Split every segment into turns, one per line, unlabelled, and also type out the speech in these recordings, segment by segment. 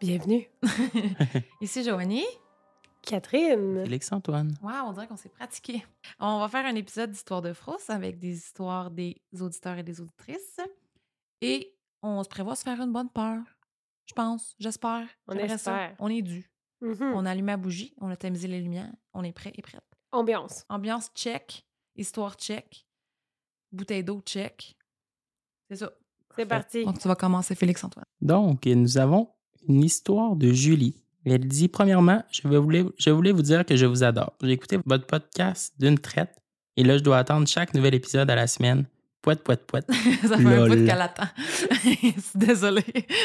Bienvenue,
Ici Joanie.
Catherine.
Félix-Antoine.
Wow, on dirait qu'on s'est pratiqué. On va faire un épisode d'Histoire de Frousse avec des histoires des auditeurs et des auditrices. Et on se prévoit de se faire une bonne peur. Je pense, j'espère.
On
J'aimerais ça.
espère.
On Hmm. est dû.
Mhm.
On a allumé la bougie, on a tamisé les lumières, on est prêt et prête.
Ambiance.
Ambiance check, histoire check, bouteille d'eau check. C'est ça.
C'est parti.
Donc tu vas commencer, Félix-Antoine.
Donc, nous avons une histoire de Julie. Elle dit Premièrement, je voulais, je voulais vous dire que je vous adore. J'ai écouté votre podcast d'une traite et là, je dois attendre chaque nouvel épisode à la semaine. Poète, poète, poète.
ça fait un bout
Lol.
qu'elle attend. Je suis Désolée.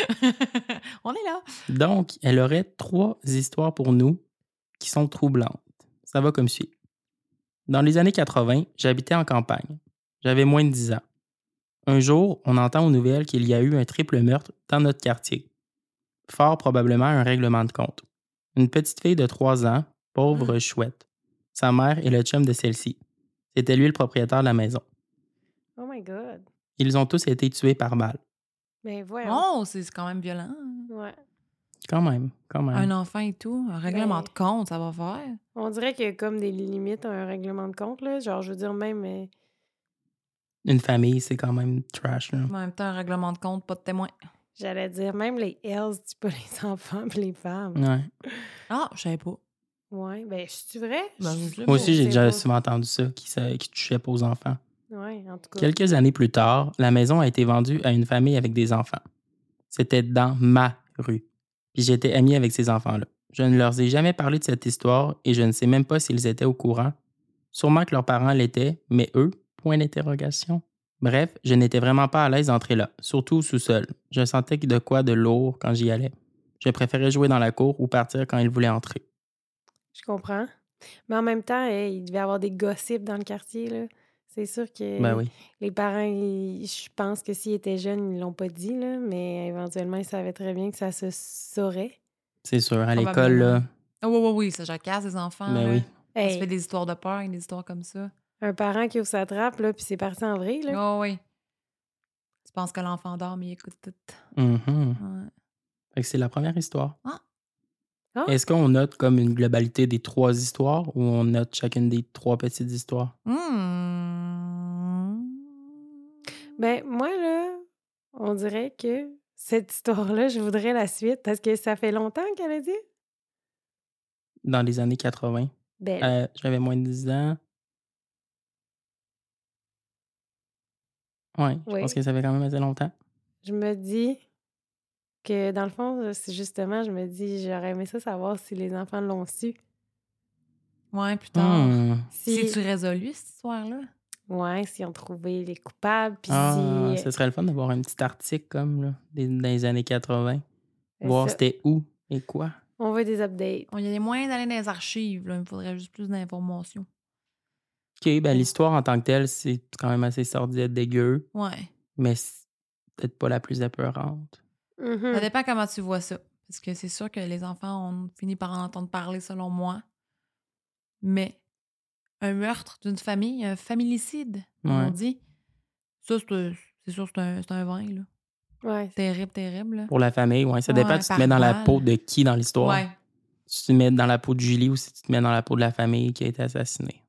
on est là.
Donc, elle aurait trois histoires pour nous qui sont troublantes. Ça va comme suit. Dans les années 80, j'habitais en campagne. J'avais moins de 10 ans. Un jour, on entend aux nouvelles qu'il y a eu un triple meurtre dans notre quartier. Fort probablement un règlement de compte. Une petite fille de 3 ans, pauvre chouette. Sa mère et le chum de celle-ci. C'était lui le propriétaire de la maison.
Oh my God.
Ils ont tous été tués par balle.
Mais voyons.
Oh, c'est c'est quand même violent.
Ouais.
Quand même, quand même.
Un enfant et tout, un règlement
Ben-
de compte, ça va faire.
On dirait qu'il y a comme des limites à un règlement de compte, là. Genre, je veux dire, même. euh,
Une famille, c'est quand même trash. là.
Mais en même temps, un règlement de compte, pas de témoin.
J'allais dire, même les Hells, tu pas les enfants pis les femmes.
Ouais.
Ah, je savais pas.
Ouais, ben, suis-tu vrai?
Ben, je sais
Moi aussi, j'ai
sais
déjà
pas.
souvent entendu ça, qui, se- qui touchait pas aux enfants.
Ouais, en tout cas.
Quelques années plus tard, la maison a été vendue à une famille avec des enfants. C'était dans ma rue. Puis j'étais ami avec ces enfants-là. Je ne leur ai jamais parlé de cette histoire et je ne sais même pas s'ils étaient au courant. Sûrement que leurs parents l'étaient, mais eux, point d'interrogation. Bref, je n'étais vraiment pas à l'aise d'entrer là, surtout au sous-sol. Je sentais de quoi de lourd quand j'y allais. Je préférais jouer dans la cour ou partir quand ils voulaient entrer.
Je comprends. Mais en même temps, hey, il devait y avoir des gossips dans le quartier, là. C'est sûr que
Ben oui.
les parents, ils- je pense que s'ils étaient jeunes, ils l'ont pas dit, là, mais éventuellement, ils savaient très bien que ça se saurait.
C'est sûr, à l'école,
Probablement.
là.
Ah oui, oui, oui, ça jacasse les enfants.
Ben
là.
oui.
Ça se
Hey.
fait des histoires de peur et des histoires comme ça.
Un parent qui ouvre sa trappe, là, puis c'est parti en vrille, là.
Ah oui. Tu penses que l'enfant dort, mais il écoute tout.
Mhm.
Ouais.
Fait que c'est la première histoire.
Ah.
Ah.
Est-ce qu'on note comme une globalité des trois histoires ou on note chacune des trois petites histoires?
Hmm.
Ben, moi, là, on dirait que cette histoire-là, je voudrais la suite, parce que ça fait longtemps qu'elle a dit.
Dans les années 80.
Ben,
Euh, J'avais moins de 10 ans. Ouais, je
Oui.
pense que ça fait quand même assez longtemps.
je me dis que, dans le fond, c'est justement, je me dis, j'aurais aimé ça savoir si les enfants l'ont su.
Ouais, plus tard.
Hmm.
Si,
C'est-tu résolu, cette histoire-là?
ouais, si ont trouvé les coupables, puis
Ah,
si... euh,
ce serait le fun d'avoir un petit article comme là, des- dans les années 80.
C'est
Voir
ça.
c'était où et quoi.
On veut des updates.
On y a les moyens d'aller dans les archives. là. Il me faudrait juste plus d'informations.
Ok, ben l'histoire en tant que telle, c'est quand même assez sordide, dégueu,
Ouais.
mais c'est peut-être pas la plus apeurante.
Mhm.
Ça dépend comment tu vois ça. Parce que c'est sûr que les enfants ont fini par en entendre parler, selon moi. Mais un meurtre d'une famille, un familicide, comme on
Ouais.
dit, ça, c'est un- c'est sûr, c'est un, c'est un vin, là.
Ouais.
Terrible, terrible, là.
Pour la famille, ouais. Ça dépend
Ouais,
tu te
par
mets dans la
balle.
peau de qui dans l'histoire.
Ouais.
Si tu te mets dans la peau de Julie ou si tu te mets dans la peau de la famille qui a été assassinée.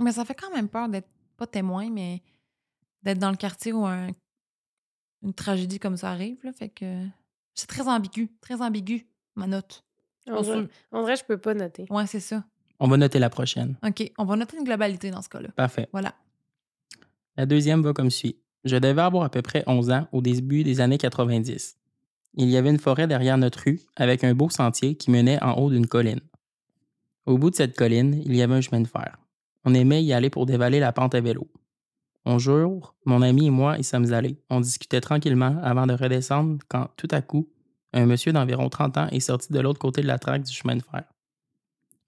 Mais ça fait quand même peur d'être pas témoin, mais d'être dans le quartier où un- une tragédie comme ça arrive, là. Fait que c'est très ambigu, très ambigu, ma note.
On
Pas
dirait,
sûr.
on dirait que je peux pas noter.
Ouais, c'est ça.
On va noter la prochaine.
OK, on va noter une globalité dans ce cas-là.
Parfait.
Voilà.
La deuxième va comme suit. Je devais avoir à peu près 11 ans au début des années 90. Il y avait une forêt derrière notre rue avec un beau sentier qui menait en haut d'une colline. Au bout de cette colline, il y avait un chemin de fer. On aimait y aller pour dévaler la pente à vélo. Un jour, mon ami et moi y sommes allés. On discutait tranquillement avant de redescendre quand, tout à coup, un monsieur d'environ 30 ans est sorti de l'autre côté de la traque du chemin de fer.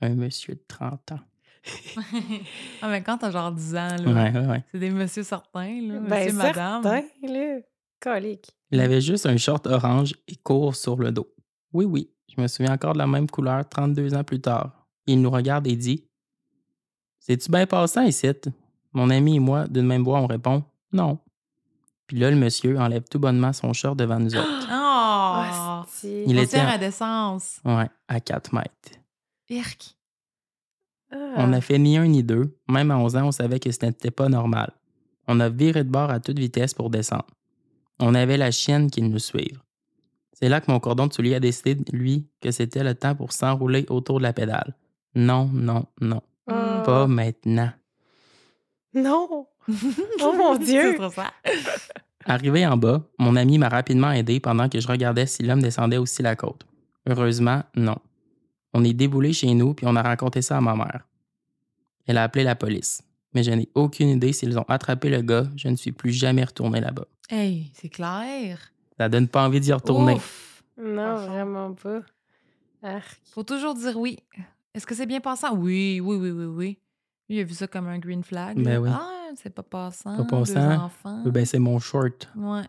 Un monsieur de 30 ans.
ah, mais quand t'as genre 10 ans, là,
Ouais, ouais, ouais.
c'est des messieurs certains, là,
Ben,
monsieur, madame.
certain, là. Colique.
Il avait juste un short orange et court sur le dos. Oui, oui, je me souviens encore de la même couleur 32 ans plus tard. Il nous regarde et dit C'est-tu bien passant ici Mon ami et moi, d'une même voix, on répond Non. Puis là, le monsieur enlève tout bonnement son short devant nous autres.
Ah! Oh!
Hostie.
Il
Il
est-
est
était en-
à décence.
Ouais, à 4 mètres.
Irk.
Ah.
On n'a fait ni un ni deux. Même à 11 ans, on savait que ce n'était pas normal. On a viré de bord à toute vitesse pour descendre. On avait la chienne qui nous suivre. C'est là que mon cordon de soulier a décidé, lui, que c'était le temps pour s'enrouler autour de la pédale. Non, non, non.
Ah.
Pas maintenant.
Non! Oh mon Dieu!
C'est trop ça.
Arrivé en bas, mon ami m'a rapidement aidé pendant que je regardais si l'homme descendait aussi la côte. Heureusement, non. On est déboulé chez nous puis on a raconté ça à ma mère. Elle a appelé la police. Mais je n'ai aucune idée s'ils ont attrapé le gars. Je ne suis plus jamais retourné là-bas.
Hey, c'est clair.
Ça donne pas envie d'y retourner.
Ouf.
Non,
Cochon.
vraiment pas. Arc.
Faut toujours dire oui. Est-ce que c'est bien passant? Oui, oui, oui, oui, oui. Lui, il a vu ça comme un green flag.
Ben
là.
oui.
Ah, c'est pas passant.
Pas
Pas
passant. Ben,
passant. Deux enfants.
Je veux baisser Euh, mon short.
Ouais,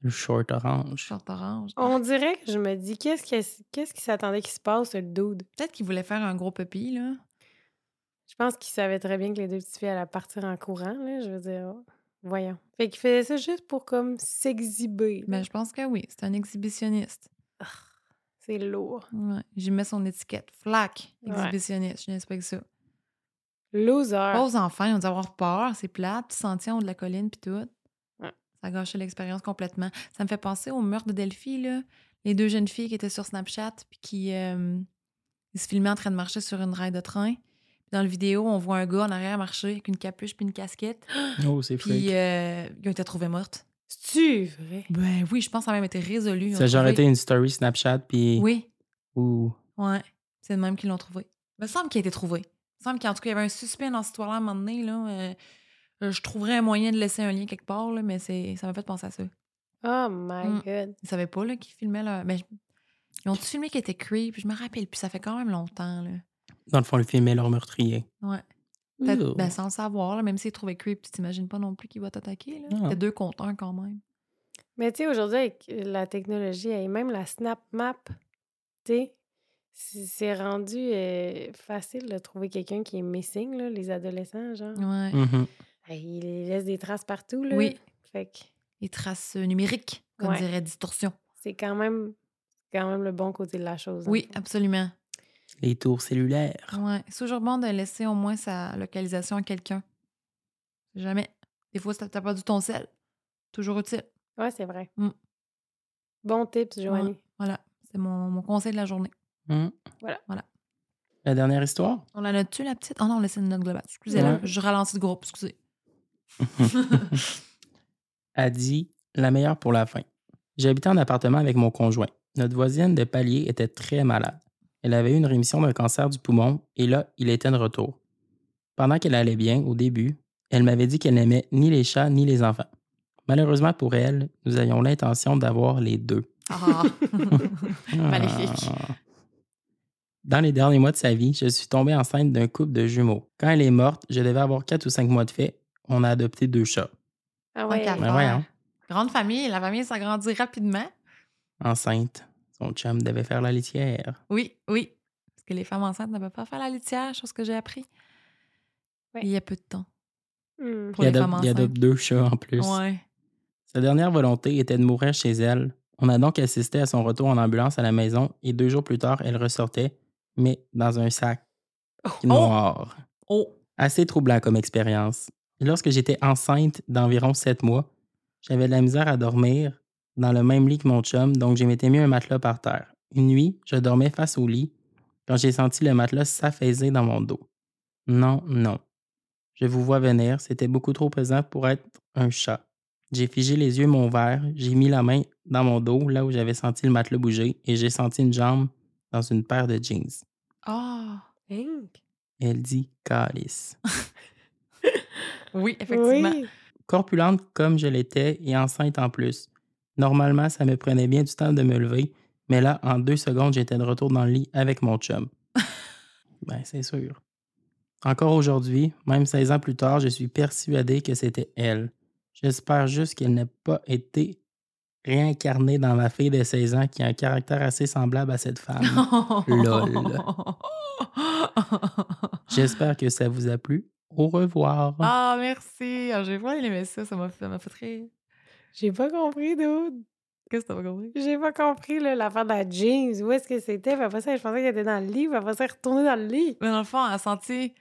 Le short orange.
short orange.
On dirait que je me dis, qu'est-ce qui, qu'est-ce qui s'attendait qu'il se passe, le dude?
Peut-être qu'il voulait faire un gros puppy, là.
Je pense qu'il savait très bien que les deux petites filles allaient partir en courant, là. Je veux dire, oh, voyons. Fait qu'il faisait ça juste pour, comme, s'exhiber. là.
Ben, je pense que oui. C'est un exhibitionniste.
Ah, C'est lourd.
Ouais. J'y mets son étiquette. Flac,
Ouais.
exhibitionniste. Je n'espère que ça.
Loser.
Pas aux enfants, ils ont dû avoir peur, c'est plate, petit sentier en haut de la colline, puis tout.
Ouais.
Ça gâchait l'expérience complètement. Ça me fait penser au meurtre de Delphi, là. Les deux jeunes filles qui étaient sur Snapchat, puis qui euh, ils se filmaient en train de marcher sur une rail de train. Puis dans le vidéo, on voit un gars en arrière marcher avec une capuche puis une casquette.
Oh, c'est
Puis
freak.
euh, ils ont été retrouvés mortes.
C'est-tu vrai?
Ben oui, je pense que ça a même été résolu. Ils ont
Ça a genre été
trouvé-
une story Snapchat puis.
euh, Oui,
Ouh.
ouais. C'est le même qu'ils l'ont trouvé. Il me semble qu'il a été trouvé. Il me semble qu'en tout cas, il y avait un suspect dans cette histoire-là à un moment donné, là. euh, euh, je trouverais un moyen de laisser un lien quelque part, là, mais c'est, ça m'a fait penser à ça.
Oh my
Mm.
god.
Ils savaient pas là, qu'ils filmaient là. Mais ils ont-tu filmé qui était creep? Je me rappelle, puis ça fait quand même longtemps. Là.
Dans le fond, le film est leur meurtrier.
Ouais.
Ouh.
Peut-être, ben, sans le savoir, là, même s'ils trouvaient creep, tu t'imagines pas non plus qu'il va t'attaquer. Là.
Non.
C'était deux contre un quand même.
Mais tu sais, aujourd'hui, avec euh, la technologie et même la Snap Map, tu sais, c'est c'est rendu euh, facile de trouver quelqu'un qui est missing, là, les adolescents, genre.
Ouais.
Mhm.
Hey, Ils laissent des traces partout, là.
Oui,
Fait que
les traces euh, numériques, comme
Mm. Ouais.
dirait distorsion.
c'est quand même, c'est quand même le bon côté de la chose. hein. dans le
Oui,
fond.
absolument.
Les tours cellulaires.
Ouais. C'est toujours bon de laisser au moins sa localisation à quelqu'un. Jamais. Des fois, t'as t'as perdu ton sel. Toujours utile.
Ouais, c'est vrai.
Mm.
Bon tips, Joanie.
Voilà. C'est mon, mon conseil de la journée.
Mhm.
Voilà.
Voilà.
La dernière histoire?
On la note-tu, la petite? Oh non, laissez une note globale. Excusez-la.
Ouais.
Je ralentis le groupe, excusez.
a dit la meilleure pour la fin. J'habitais en appartement avec mon conjoint. Notre voisine de palier était très malade. Elle avait eu une rémission d'un cancer du poumon et là, il était de retour. Pendant qu'elle allait bien, au début, elle m'avait dit qu'elle n'aimait ni les chats ni les enfants. Malheureusement pour elle, nous avions l'intention d'avoir les deux.
Ah. Maléfique.
Ah. Dans les derniers mois de sa vie, je suis tombée enceinte d'un couple de jumeaux. Quand elle est morte, je devais avoir 4 ou 5 mois de fait. On a adopté deux chats.
Ah
Tant
ouais.
qu'à
Ben
faire.
voyons.
Grande famille, la famille s'agrandit rapidement.
enceinte. Son chum devait faire la litière.
Oui, oui. Parce que les femmes enceintes ne peuvent pas faire la litière, chose que j'ai appris.
Ouais.
Il y a peu de temps
Mm.
pour les
il adopte,
femmes
il
enceintes.
adopte deux chats en plus.
Ouais.
Sa dernière volonté était de mourir chez elle. On a donc assisté à son retour en ambulance à la maison et deux jours plus tard, elle ressortait, mais dans un sac noir.
Oh!
Assez troublant comme expérience. Et Lorsque j'étais enceinte d'environ sept mois, j'avais de la misère à dormir dans le même lit que mon chum, donc je m'étais mis un matelas par terre. Une nuit, je dormais face au lit quand j'ai senti le matelas s'affaiser dans mon dos. Non, non. Je vous vois venir, c'était beaucoup trop présent pour être un chat. J'ai figé les yeux mon verre, j'ai mis la main dans mon dos, là où j'avais senti le matelas bouger, et j'ai senti une jambe dans une paire de jeans.
Ah!
Hank?
Elle dit calice.
Oui, effectivement.
Oui.
corpulente comme je l'étais et enceinte en plus. Normalement, ça me prenait bien du temps de me lever, mais là, en deux secondes, j'étais de retour dans le lit avec mon chum. Ben, c'est sûr. Encore aujourd'hui, même 16 ans plus tard, je suis persuadé que c'était elle. J'espère juste qu'elle n'a pas été réincarnée dans ma fille de 16 ans qui a un caractère assez semblable à cette femme. Lol.
Oh!
J'espère que ça vous a plu. Au revoir.
Ah, merci. Ah, J'ai vraiment aimé ça. Ça m'a fait, ça m'a fait rire.
J'ai pas compris, dude.
Qu'est-ce que t'as pas compris?
J'ai pas compris, là, l'affaire de la jeans. Où est-ce que c'était? Puis après ça, je pensais qu'elle était dans le lit. Puis après ça, elle est retournée dans le lit.
Mais dans le fond, elle a senti.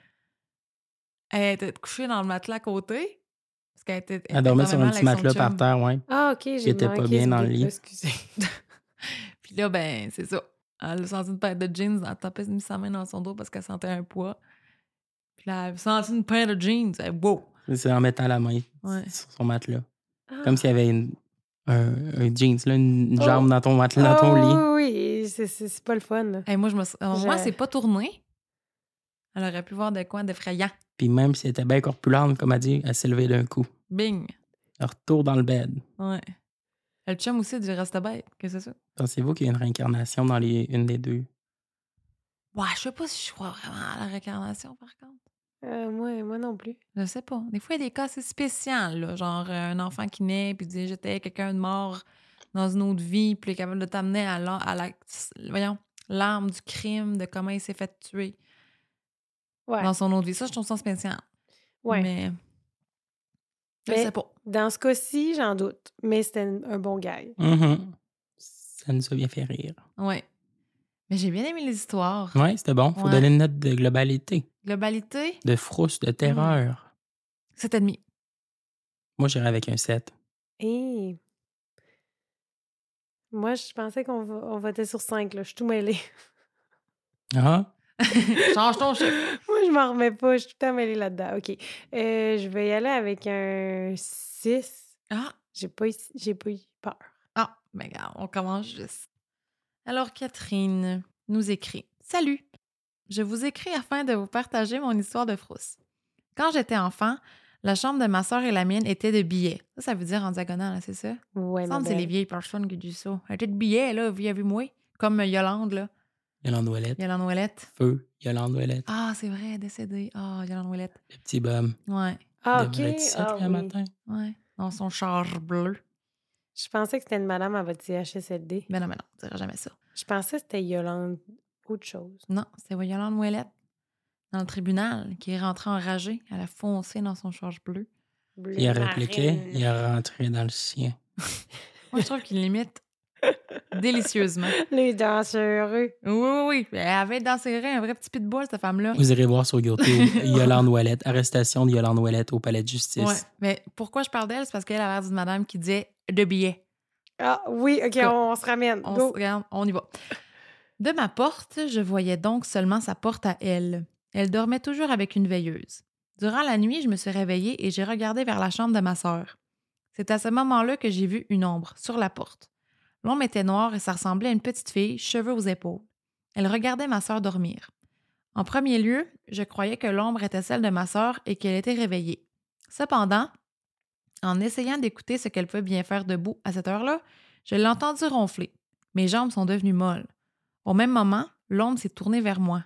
Elle était couchée dans le matelas à côté. Parce qu'elle était.
Elle dormait sur un
énormément avec
petit
son
matelas par
chum.
terre, ouais.
Ah, OK, j'ai
J'étais
manqué
pas bien
ce
dans le
bout-là,
lit.
Excusez.
Puis là, ben, c'est ça. Elle a senti une paire de jeans. Elle a tapé mis sa main dans son dos parce qu'elle sentait un poids. Puis là, elle a senti une paire de jeans. Elle, wow!
C'est en mettant la main
Ouais.
sur son matelas.
Ah.
Comme s'il y avait une, un, un jeans, là, une une
Oh.
jambe dans ton matelas, dans ton lit.
Ah Oui, oui, c'est- c'est c'est pas le fun. là.
Hey, moi, je me... suis- Alors, Moi,
Je-
c'est pas tourné. Elle aurait pu voir de quoi d'effrayant.
Puis même si elle était bien corpulente, comme elle dit, elle s'est levée d'un coup.
Bing!
Elle retourne dans le bed.
Ouais. Elle chum aussi du reste bête. Qu'est-ce que c'est ça?
Pensez-vous qu'il y a une réincarnation dans les, une des deux?
Ouais, Bah, je sais pas si je crois vraiment à la réincarnation, par contre.
Euh, moi, moi non plus.
Je sais pas. Des fois, il y a des cas assez spéciaux, là. Genre, euh, un enfant qui naît, puis dit j'étais quelqu'un de mort dans une autre vie, puis il est capable de t'amener à, la, à la- voyons, l'arme du crime, de comment il s'est fait tuer
Ouais.
dans son autre vie. Ça, je trouve ça spécial.
ouais.
Mais. Je
Mais-
sais pas.
Dans ce cas-ci, j'en doute. Mais c'était un un bon gars. Mm-hmm.
Mhm. Ça nous a bien fait rire.
Ouais. Mais j'ai bien aimé les histoires.
Ouais, c'était bon. Faut
Ouais.
donner une note de globalité,
Globalité,
de frousse,
Mm.
de terreur.
7,5. demi.
Moi, j'irais avec un 7.
Et... Moi, je pensais qu'on vo- on votait sur 5. Là. Je suis tout mêlée.
Ah,
Change ton chiffre.
Moi, je m'en remets pas. Je suis tout le temps mêlée là-dedans. OK. Euh, je vais y aller avec un 6.
Ah!
J'ai pas, eu- j'ai pas eu peur.
Ah, mais regarde, on commence juste. Alors Catherine nous écrit Salut, je vous écris afin de vous partager mon histoire de frousse. Quand j'étais enfant, la chambre de ma sœur et la mienne était de billets. Ça, ça veut dire en diagonale, hein, c'est ça?
Ouais,
Il me semble que c'est les vieilles personnes qui disent ça. Elle était de billets, là, vous y avez moi. Comme Yolande, là,
Yolande Ouellette.
Yolande Ouellette.
Feu, Yolande Ouellette.
Ah, c'est vrai, elle est décédée. Ah, Yolande Ouellette.
Le petit bum.
Ouais,
Ah,
Il
OK.
devrait être ici
Ah,
le
oui.
matin.
ouais. Dans son char bleu.
Je pensais que c'était une madame à votre CHSLD.
Mais Ben non, mais non, on dira jamais ça.
Je pensais que c'était Yolande autre chose.
Non, c'est Yolande Ouellette, dans le tribunal, qui est rentrée enragée. Elle a foncé dans son charge bleu.
Il a répliqué, il a rentré dans le sien.
Moi, je trouve qu'il l'imite délicieusement.
Les dangereux.
Oui, oui, oui. Elle avait dans ses reins un vrai petit pitbull, cette femme-là.
Vous irez voir sur YouTube Yolande Ouellette, arrestation de Yolande Ouellette au palais de justice.
Ouais. Mais pourquoi je parle d'elle? C'est parce qu'elle a l'air d'une madame qui disait de billets.
Ah oui, OK,
Go.
on, on se ramène.
On
Go.
se regarde, on y va. De ma porte, je voyais donc seulement sa porte à elle. Elle dormait toujours avec une veilleuse. Durant la nuit, je me suis réveillée et j'ai regardé vers la chambre de ma sœur. C'est à ce moment-là que j'ai vu une ombre sur la porte. L'ombre était noire et ça ressemblait à une petite fille, cheveux aux épaules. Elle regardait ma sœur dormir. En premier lieu, je croyais que l'ombre était celle de ma sœur et qu'elle était réveillée. Cependant, en essayant d'écouter ce qu'elle pouvait bien faire debout à cette heure-là, je l'ai entendue ronfler. Mes jambes sont devenues molles. Au même moment, l'ombre s'est tournée vers moi.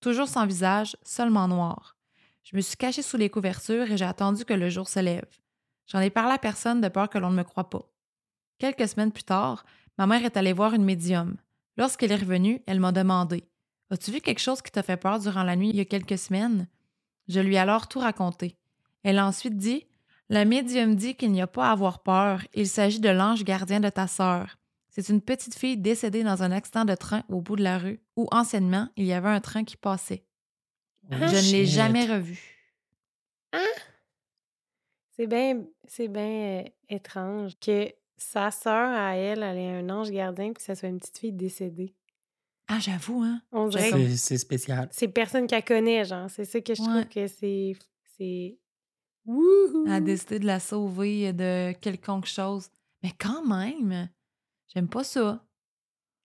Toujours sans visage, seulement noir. Je me suis cachée sous les couvertures et j'ai attendu que le jour se lève. J'en ai parlé à personne de peur que l'on ne me croie pas. Quelques semaines plus tard, ma mère est allée voir une médium. Lorsqu'elle est revenue, elle m'a demandé As-tu vu quelque chose qui t'a fait peur durant la nuit il y a quelques semaines Je lui ai alors tout raconté. Elle a ensuite dit La médium dit qu'il n'y a pas à avoir peur, il s'agit de l'ange gardien de ta sœur. C'est une petite fille décédée dans un accident de train au bout de la rue où, anciennement, il y avait un train qui passait.
Oh,
Je ne l'ai
shit.
jamais revue.
C'est bien c'est bien euh, étrange que sa sœur à elle, elle ait un ange gardien puis que ça soit une petite fille décédée.
Ah, j'avoue, hein?
On dirait que
C'est c'est spécial.
c'est personne qu'elle connaît, genre. C'est ça que je
Ouais.
trouve que c'est c'est Wouhou!
Elle a décidé de la sauver de quelconque chose. Mais quand même, j'aime pas ça.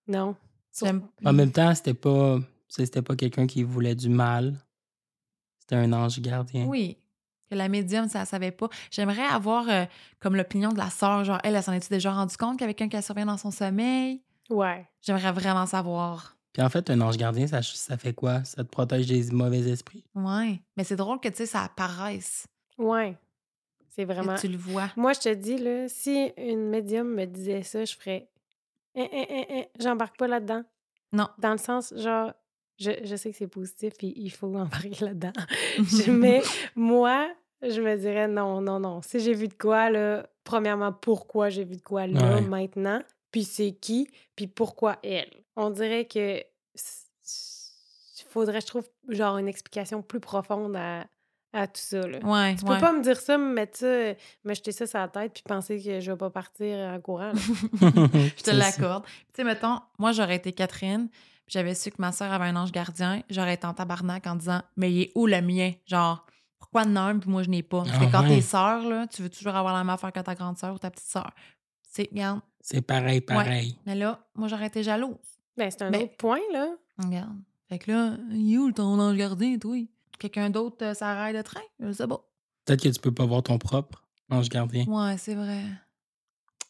Non.
J'aime...
En même temps, c'était pas, c'était pas quelqu'un qui voulait du mal. C'était un ange gardien.
Oui. Que la médium, ça ne savait pas. J'aimerais avoir euh, comme l'opinion de la sœur. Genre, elle, elle s'en est-tu déjà rendue compte qu'il y avait quelqu'un qui la surveillait dans son sommeil?
Ouais.
J'aimerais vraiment savoir.
Puis en fait, un ange gardien, ça, ça fait quoi? Ça te protège des mauvais esprits?
Ouais. Mais c'est drôle que, tu sais, ça apparaisse.
Ouais. C'est
que
vraiment.
tu le vois.
Moi, je te dis, là, si une médium me disait ça, je ferais. Hein, hein, hein, hein, J'embarque pas là-dedans.
Non.
Dans le sens, genre, je, je sais que c'est positif puis il faut embarquer là-dedans. Je- Mais moi, je me dirais non, non, non. Si j'ai vu de quoi, là, premièrement, pourquoi j'ai vu de quoi là,
Ouais.
maintenant, puis c'est qui, puis pourquoi elle. On dirait que s- s- faudrait, je trouve, genre une explication plus profonde à, à tout ça. Là.
Ouais,
Tu
ouais.
peux pas me dire ça, me mettre ça, euh, me jeter ça sur la tête, puis penser que je vais pas partir euh, en courant. là.
Je te l'accorde. Puis, Tu sais, mettons, moi, j'aurais été Catherine, puis j'avais su que ma soeur avait un ange gardien, j'aurais été en tabarnak en disant Mais il est où le mien Genre, pourquoi le nom, puis moi, je n'ai pas Parce que
Ah
quand
ouais.
t'es sœur, là, tu veux toujours avoir la même affaire que ta grande sœur ou ta petite sœur. Tu sais, regarde.
C'est pareil, pareil.
Mais là, moi, j'aurais été jalouse.
Ben, c'est un
Mais-
autre point, là.
Regarde. Fait que là, il est où ton ange gardien, toi Quelqu'un d'autre, euh, ça arrête le train Je sais pas.
Peut-être que tu peux pas voir ton propre ange gardien.
Ouais, c'est vrai.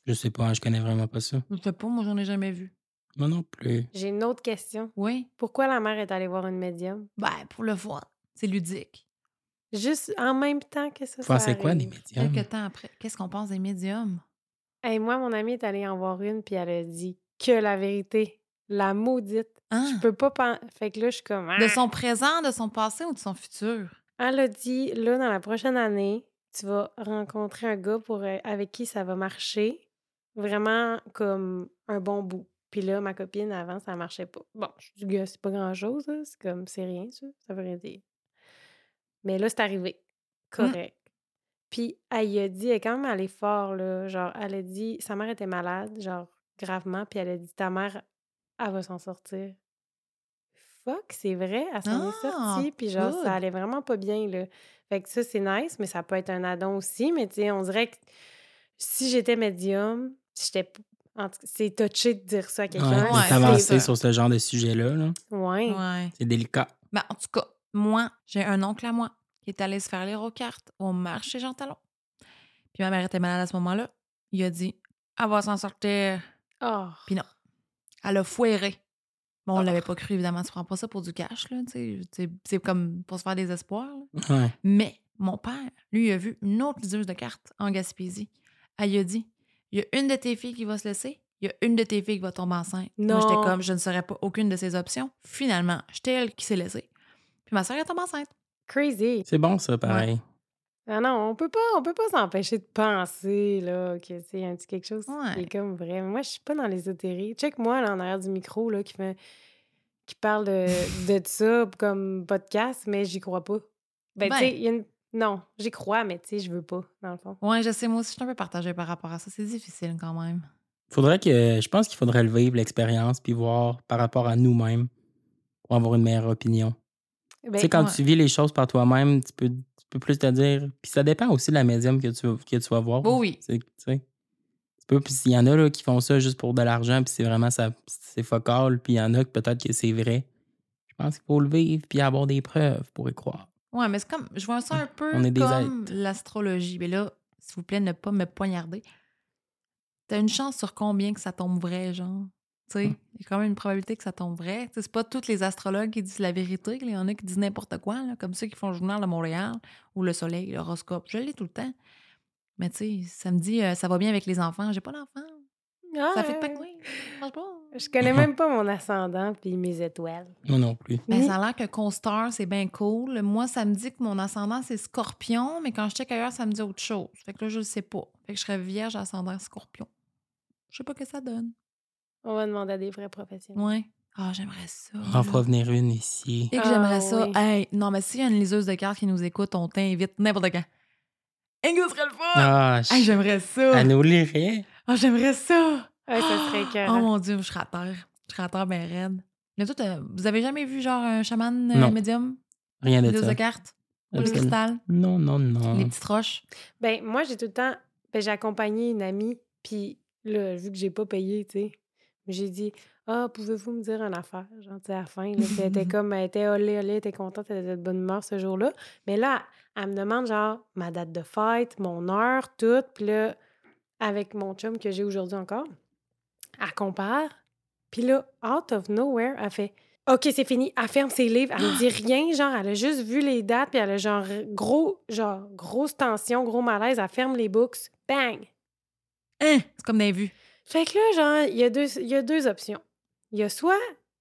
Je sais pas, hein, je connais vraiment pas ça.
Je sais pas, moi, j'en ai jamais vu.
Moi non plus.
J'ai une autre question.
Oui.
Pourquoi la mère est allée voir une médium?
Ben, pour le fun. C'est ludique.
Juste en même temps que ça.
Vous
ça
pensez quoi des
arrive.
médiums?
Quelques temps après, qu'est-ce qu'on pense des médiums
Hey, moi, mon amie est allée en voir une, puis elle a dit que la vérité, la maudite.
Hein?
Je peux pas penser. Fait que là, je suis comme. Ah!
De son présent, de son passé ou de son futur?
Elle a dit, là, dans la prochaine année, tu vas rencontrer un gars pour, euh, avec qui ça va marcher vraiment comme un bon bout. Puis là, ma copine, avant, ça marchait pas. Bon, je dis, gars, c'est pas grand-chose, là. c'est comme, c'est rien, ça, ça veut rien dire. Mais là, c'est arrivé. Correct. Puis elle y a dit, elle est quand même allée fort, là. Genre, elle a dit, sa mère était malade, genre, gravement, puis elle a dit, ta mère, elle va s'en sortir. Fuck, c'est vrai, elle s'en est
Ah,
sortie, puis genre,
good.
ça allait vraiment pas bien, là. Fait que ça, c'est nice, mais ça peut être un addon aussi. Mais tu sais, on dirait que si j'étais médium, si j'étais. p- en tout cas, C'est touché de dire ça à
Ouais,
quelqu'un.
Ouais,
mais
c'est-
t'avancer
c'est ça.
sur ce genre de sujet-là, là,
Ouais.
Ouais.
c'est délicat.
Ben, en tout cas, moi, j'ai un oncle à moi qui est allé se faire lire aux cartes au marché Jean Talon. Puis ma mère était malade à ce moment-là. Il a dit Elle va s'en sortir.
Oh.
Puis non. Elle a foiré. Bon, on
Ah.
l'avait pas cru, évidemment. Tu prends pas ça pour du cash, là. tu sais. C'est- C'est comme pour se faire des espoirs. là.
Ouais.
Mais mon père, lui, il a vu une autre liseuse de cartes en Gaspésie. Elle lui a dit Il y a une de tes filles qui va se laisser, il y a une de tes filles qui va tomber enceinte. Moi,
Non.
j'étais comme Je ne serais pas aucune de ces options. Finalement, j'étais elle qui s'est laissée. Puis ma soeur, elle tombe enceinte.
Crazy.
C'est bon, ça, pareil.
Non, non, on peut pas, on peut pas s'empêcher de penser là, que c'est un petit quelque chose qui
Ouais.
est comme vrai. Moi, je suis pas dans l'ésotérie. Check moi là en arrière du micro là qui fait qui parle de, de ça comme podcast, mais j'y crois pas. Ben,
Ben.
tu sais, il y a une... non, j'y crois, mais tu sais, je veux pas dans le fond.
Ouais, je sais, moi aussi, je suis un peu partagée par rapport à ça. C'est difficile quand même.
Faudrait que. Je pense qu'il faudrait le vivre, l'expérience, puis voir par rapport à nous-mêmes pour avoir une meilleure opinion.
Ben,
tu sais, quand
ouais.
tu vis les choses par toi-même, tu peux, tu peux plus te dire. Puis ça dépend aussi de la médium que tu, que tu vas voir.
Bon, Oh oui.
C'est- Tu sais. Tu peux- puis il y en a là, qui font ça juste pour de l'argent, puis c'est vraiment ça, c'est focal. Puis il y en a que peut-être que c'est vrai. Je pense qu'il faut le vivre, puis avoir des preuves pour y croire.
Ouais, mais c'est comme. Je vois ça un peu
On est des
comme l'astrologie. Mais là, s'il vous plaît, ne pas me poignarder. T'as une chance sur combien que ça tombe vrai, genre? Tu sais, il
Mm.
y a quand même une probabilité que ça tombe vrai. Tu sais, C'est pas tous les astrologues qui disent la vérité. Il y en a qui disent n'importe quoi, là, comme ceux qui font le journal de Montréal ou le soleil, l'horoscope. Je l'ai tout le temps. Mais tu sais, ça me dit, euh, ça va bien avec les enfants. J'ai pas d'enfants. Ça fait de
ah, Ouais.
pingouin. Ça marche pas.
Je connais même pas mon ascendant puis mes étoiles.
Moi non plus.
Ben,
Ni-
ça a l'air que Constar, c'est bien cool. Moi, ça me dit que mon ascendant, c'est scorpion, mais quand je check ailleurs, ça me dit autre chose. Fait que là, je le sais pas. Fait que je serais vierge ascendant scorpion. Je sais pas que ça donne.
On va demander à des vrais professionnels.
Ouais. Ah, j'aimerais ça.
On va
là.
en fera venir une ici.
Ah. Et que
Ah,
j'aimerais ça.
oui.
Hey, non, mais s'il y a une liseuse de cartes qui nous écoute, on t'invite n'importe quand. Hey, ce serait le fun!
Ah,
Hey,
je-
j'aimerais ça!
elle nous lirait.
Ah, j'aimerais ça!
Ouais, ça serait écœurant.
Oh mon Dieu, je serais à terre. Je serais à terre bien raide. Mais toi, t'as- vous avez jamais vu genre un chaman euh,
Non.
médium?
Rien de
Liseuse de
ça.
cartes? Ou le
Absolument.
cristal?
Non, non, non.
Les petites roches?
Ben, moi, j'ai tout le temps. Ben, j'ai accompagné une amie, puis là, vu que j'ai pas payé, tu sais, j'ai dit Ah, pouvez-vous me dire une affaire Genre, tu sais, à la fin, là, puis elle était comme, elle était olé, olé, elle était contente, elle était de bonne humeur ce jour-là. Mais là, elle me demande, genre, ma date de fête, mon heure, tout, puis là, avec mon chum que j'ai aujourd'hui encore, elle compare, Puis là, out of nowhere, elle fait OK, c'est fini. Elle ferme ses livres. Elle me dit rien. Genre, elle a juste vu les dates. Puis elle a genre gros, genre, grosse tension, gros malaise. Elle ferme les books. Bang!
Hein? C'est comme des vues.
Fait que là, genre, il y, a deux- il y a deux options. Il y a soit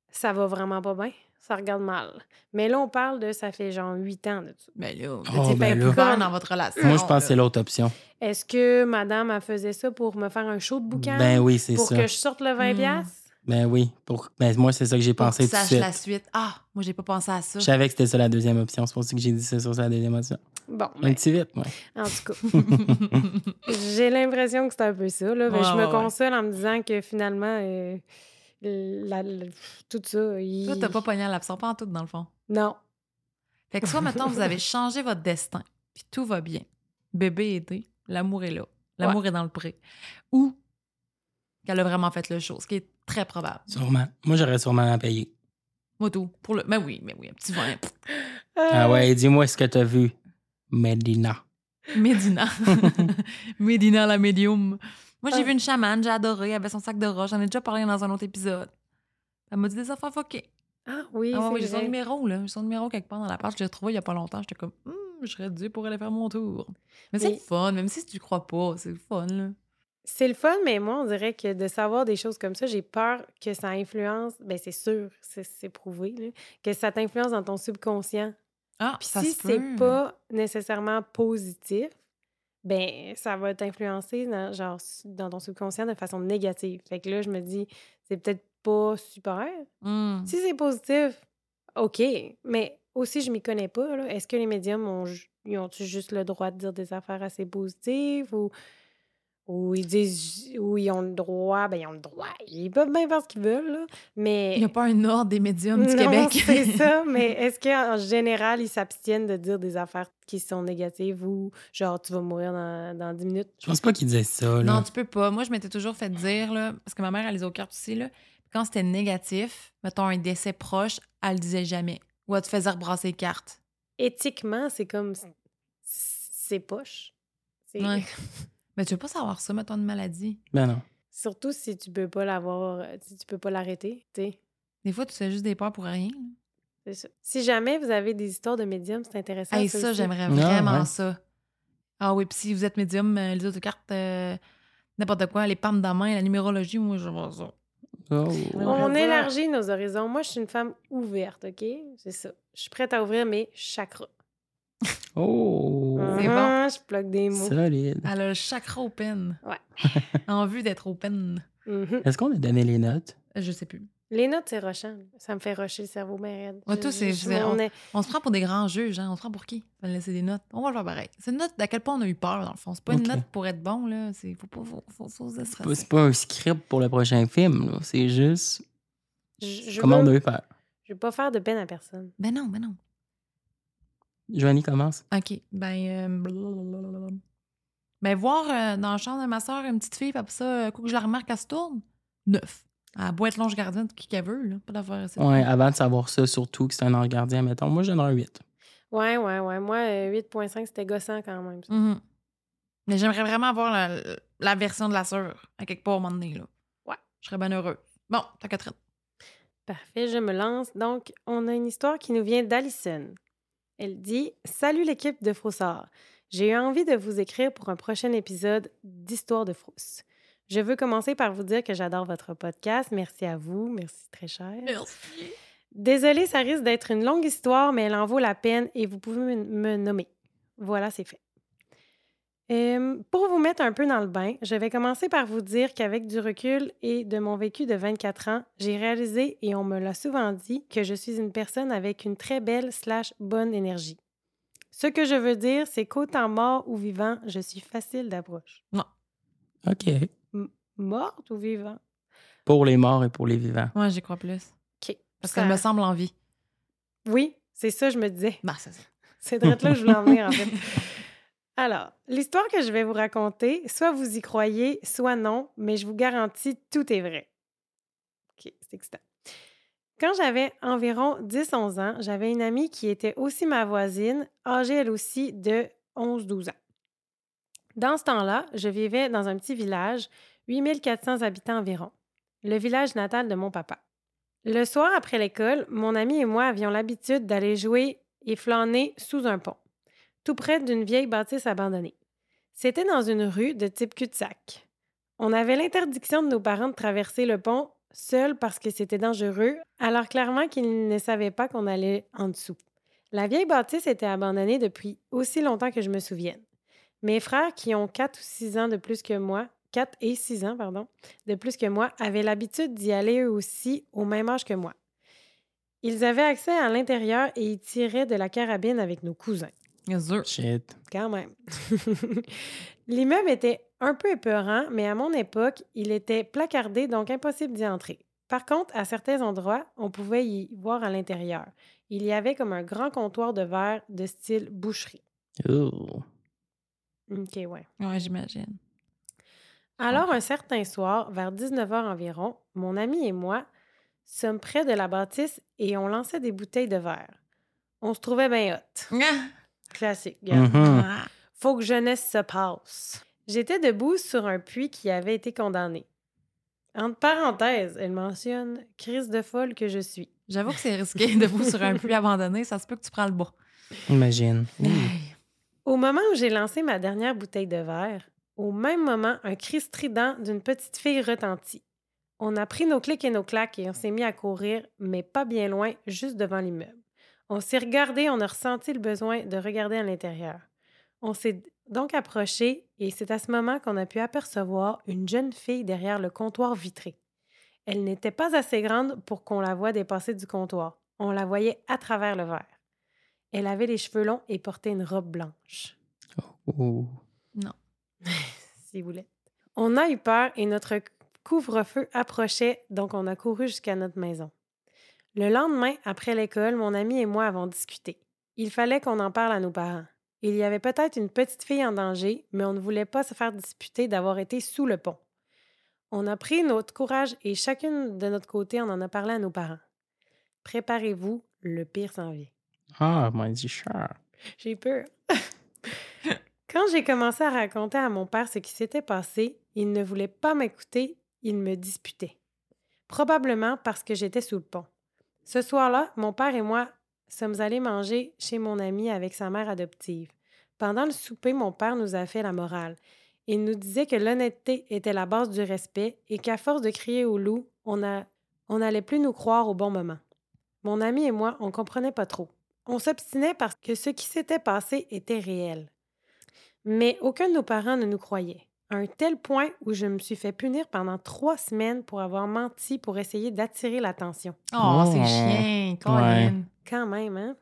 ça va vraiment pas bien, ça regarde mal. Mais là, on parle de ça fait genre huit ans de ça.
Ben là, vous
Oh,
étiez bien
ben
plus
là.
bonne dans votre relation.
Moi, je pense que c'est
là.
l'autre option.
Est-ce que madame, elle faisait ça pour me faire un show de bouquin?
Ben oui, c'est
pour
ça.
que je sorte le 20$?
Hmm.
piastres?
Ben oui. Pour... Ben, moi, c'est ça que j'ai
Pour
pensé
qu'ils
tout de
sachent
suite.
la suite. Ah, moi, j'ai pas pensé à ça.
Je savais que c'était ça la deuxième option. C'est pour ça que j'ai dit c'est ça c'est la deuxième option.
Bon,
Un
ben,
petit vite, moi.
en tout cas, j'ai l'impression que c'est un peu ça. Là. Ben,
Ouais,
je
ouais,
me
ouais.
console en me disant que finalement, euh, la- la- tout ça. il-
Toi, t'as pas pogné à l'absent pas en tout, dans le fond.
Non.
Fait que soit maintenant, vous avez changé votre destin, puis tout va bien. Bébé est né, l'amour est là, l'amour est dans le pré. Ou qu'elle a vraiment fait le show, ce qui est très probable.
Sûrement. Moi, j'aurais sûrement à payer.
Moi, tout. Pour le... Mais oui, mais oui, un petit vin. pff,
Ah
Euh,
ouais, dis-moi ce que t'as vu. Medina.
Médina. Médina, la médium. Moi, j'ai
Ah.
vu une chamane, j'ai adoré, elle avait son sac de roche. J'en ai déjà parlé dans un autre épisode. Elle m'a dit des affaires fuckées.
Ah oui,
Ah oui,
c'est
j'ai son
vrai.
numéro, là. J'ai son numéro quelque part dans la page. Je l'ai retrouvé il y a pas longtemps. J'étais comme, Hum, je serais dû pour aller faire mon tour. Mais c'est
Mais-
le fun, même si tu crois pas, c'est le fun, là.
C'est le fun, mais moi, on dirait que de savoir des choses comme ça, j'ai peur que ça influence. Ben, c'est sûr, c'est- c'est prouvé, là, que ça t'influence dans ton subconscient.
Ah,
Puis
ça
si
se
c'est
peut.
pas nécessairement positif, ben, ça va t'influencer dans, genre, su- dans ton subconscient de façon négative. Fait que là, je me dis, c'est peut-être pas super.
Hmm.
Si c'est positif, OK. Mais aussi, je m'y connais pas. là. Est-ce que les médiums ont, ju- ils ont juste le droit de dire des affaires assez positives ou, ou ils disent ou ils ont le droit? Ben, ils ont le droit. Ils peuvent bien faire ce qu'ils veulent. là. Mais.
Il n'y a pas un ordre des médiums du
Non,
Québec.
c'est ça, mais est-ce qu'en général, ils s'abstiennent de dire des affaires qui sont négatives ou genre tu vas mourir dans, dans 10 minutes?
Je pense pas qu'il disait ça, là.
Non, tu peux pas. Moi, je m'étais toujours fait dire, là, parce que ma mère, elle les au cœur aussi, là, quand c'était négatif, mettons un décès proche, elle le disait jamais. Ou elle te faisait rebrasser les cartes.
Éthiquement, c'est comme. C'est poche. C'est-
Ouais. Mais tu veux pas savoir ça, mettons une maladie.
Ben non.
Surtout si tu peux pas l'avoir, euh, si tu peux pas l'arrêter, tu sais.
Des fois, tu fais juste des peurs pour rien. là.
C'est ça. Si jamais vous avez des histoires de médiums, c'est intéressant.
Hey, ça,
aussi.
j'aimerais
Non,
vraiment
ouais.
ça. Ah oui, puis si vous êtes médium, euh, les autocartes, euh, n'importe quoi, les palmes dans la main, la numérologie, moi, je vois ça.
Oh.
Ouais.
On
Voilà.
élargit nos horizons. Moi, je suis une femme ouverte, OK? C'est ça. Je suis prête à ouvrir mes chakras.
Oh.
C'est
Mhm, Je bloque des mots.
Solide.
Elle a le chakra open.
Ouais.
en vue d'être open.
Mhm.
Est-ce qu'on a donné les notes?
Je sais plus.
Les notes, c'est rochant. Ça me fait rocher le cerveau bien raide.
Ouais,
Je-
toi, c'est-
je-
c'est-
on est-
On se prend pour des grands juges, hein. On se prend pour qui? On va laisser des notes. On va le faire pareil. C'est une note d'à quel point on a eu peur, dans le fond. C'est pas une
Ok.
note pour être bon, là. C'est faut pas faut, faut, faut se
C'est pas-
distresser.
C'est pas un script pour le prochain film, là. C'est juste
je- je
comment on
veux-
a eu peur.
Je vais pas faire de peine à personne.
Ben non, ben non.
Joanie commence.
OK. Ben, euh, blablabla. ben voir euh, dans la chambre de ma soeur une petite fille, puis après ça, euh, coup que je la remarque, elle se tourne. Neuf. À boîte longe gardienne, qui qu'elle veut, là. Pas d'avoir assez.
Ouais, avant de savoir ça, surtout que c'est un ange gardien, mettons. Moi, je donnerais un 8.
Ouais, ouais, ouais. Moi, euh, 8.5, c'était gossant quand même. ça.
Mhm. Mais j'aimerais vraiment avoir la, la version de la sœur, à quelque part, à un moment donné, là.
Ouais.
Je serais bien heureux. Bon, t'as Catherine.
Parfait, je me lance. Donc, on a une histoire qui nous vient d'Alison. Elle dit Salut l'équipe de Froussard. J'ai eu envie de vous écrire pour un prochain épisode d'Histoire de Frousse. Je veux commencer par vous dire que j'adore votre podcast. Merci à vous. Merci très cher.
Merci.
Désolée, ça risque d'être une longue histoire, mais elle en vaut la peine et vous pouvez me, me nommer. Voilà, c'est fait. Euh, pour vous mettre un peu dans le bain, je vais commencer par vous dire qu'avec du recul et de mon vécu de 24 ans, j'ai réalisé, et on me l'a souvent dit, que je suis une personne avec une très belle slash bonne énergie. Ce que je veux dire, c'est qu'autant mort ou vivant, je suis facile d'approche.
OK.
Morte ou vivant?
Pour les morts et pour les vivants.
Moi, j'y crois plus.
OK.
Parce
Ça-
qu'elle me semble en vie.
Oui, c'est ça, je me disais.
Ben, c'est ça.
C'est de là que je voulais en venir, en fait. Alors, l'histoire que je vais vous raconter, soit vous y croyez, soit non, mais je vous garantis, tout est vrai. OK, c'est excitant. Quand j'avais environ 10-11 ans, j'avais une amie qui était aussi ma voisine, âgée elle aussi de 11-12 ans. Dans ce temps-là, je vivais dans un petit village, 8400 habitants environ. le village natal de mon papa. Le soir après l'école, mon ami et moi avions l'habitude d'aller jouer et flâner sous un pont, tout près d'une vieille bâtisse abandonnée. C'était dans une rue de type cul-de-sac. On avait l'interdiction de nos parents de traverser le pont seul parce que c'était dangereux, alors clairement qu'ils ne savaient pas qu'on allait en dessous. La vieille bâtisse était abandonnée depuis aussi longtemps que je me souvienne. Mes frères, qui ont 4 ou 6 ans de plus que moi, 4 et 6 ans, pardon, de plus que moi, avaient l'habitude d'y aller eux aussi au même âge que moi. Ils avaient accès à l'intérieur et y tiraient de la carabine avec nos cousins.
Bien sûr.
Shit.
Quand même. L'immeuble était un peu épeurant, mais à mon époque, il était placardé, donc impossible d'y entrer. Par contre, à certains endroits, on pouvait y voir à l'intérieur. Il y avait comme un grand comptoir de verre de style boucherie.
Ooh.
OK, ouais.
Ouais, j'imagine.
Alors, un certain soir, vers 19h environ, mon ami et moi sommes près de la bâtisse et on lançait des bouteilles de verre. On se trouvait bien hot.
Ah!
Classique, gars.
Mhm.
Ah!
Faut que jeunesse se passe. J'étais debout sur un puits qui avait été condamné. Entre parenthèses, elle mentionne crise de folle que je suis.
J'avoue que c'est risqué de vous sur un puits abandonné. Ça se peut que tu prends le bois.
Imagine. Ouh.
Aïe.
Au moment où j'ai lancé ma dernière bouteille de verre, au même moment, un cri strident d'une petite fille retentit. On a pris nos clics et nos claques et on s'est mis à courir, mais pas bien loin, juste devant l'immeuble. On s'est regardé, on a ressenti le besoin de regarder à l'intérieur. On s'est donc approché et c'est à ce moment qu'on a pu apercevoir une jeune fille derrière le comptoir vitré. Elle n'était pas assez grande pour qu'on la voie dépasser du comptoir. On la voyait à travers le verre. Elle avait les cheveux longs et portait une robe blanche.
Ouh.
si vous voulez. On a eu peur et notre couvre-feu approchait, donc on a couru jusqu'à notre maison. Le lendemain, après l'école, mon ami et moi avons discuté. Il fallait qu'on en parle à nos parents. Il y avait peut-être une petite fille en danger, mais on ne voulait pas se faire disputer d'avoir été sous le pont. On a pris notre courage et chacune de notre côté, on en a parlé à nos parents. Préparez-vous, le pire s'en vient.
Ah, mon dieu, sure.
J'ai peur. Quand j'ai commencé à raconter à mon père ce qui s'était passé, il ne voulait pas m'écouter, il me disputait. Probablement parce que j'étais sous le pont. Ce soir-là, mon père et moi sommes allés manger chez mon ami avec sa mère adoptive. Pendant le souper, mon père nous a fait la morale. Il nous disait que l'honnêteté était la base du respect et qu'à force de crier au loup, on a- on n'allait plus nous croire au bon moment. Mon ami et moi, on comprenait pas trop. On s'obstinait parce que ce qui s'était passé était réel. Mais aucun de nos parents ne nous croyait, à un tel point où je me suis fait punir pendant trois semaines pour avoir menti pour essayer d'attirer l'attention.
Oh,
Oh.
c'est chien, Colin.
Quand même, hein?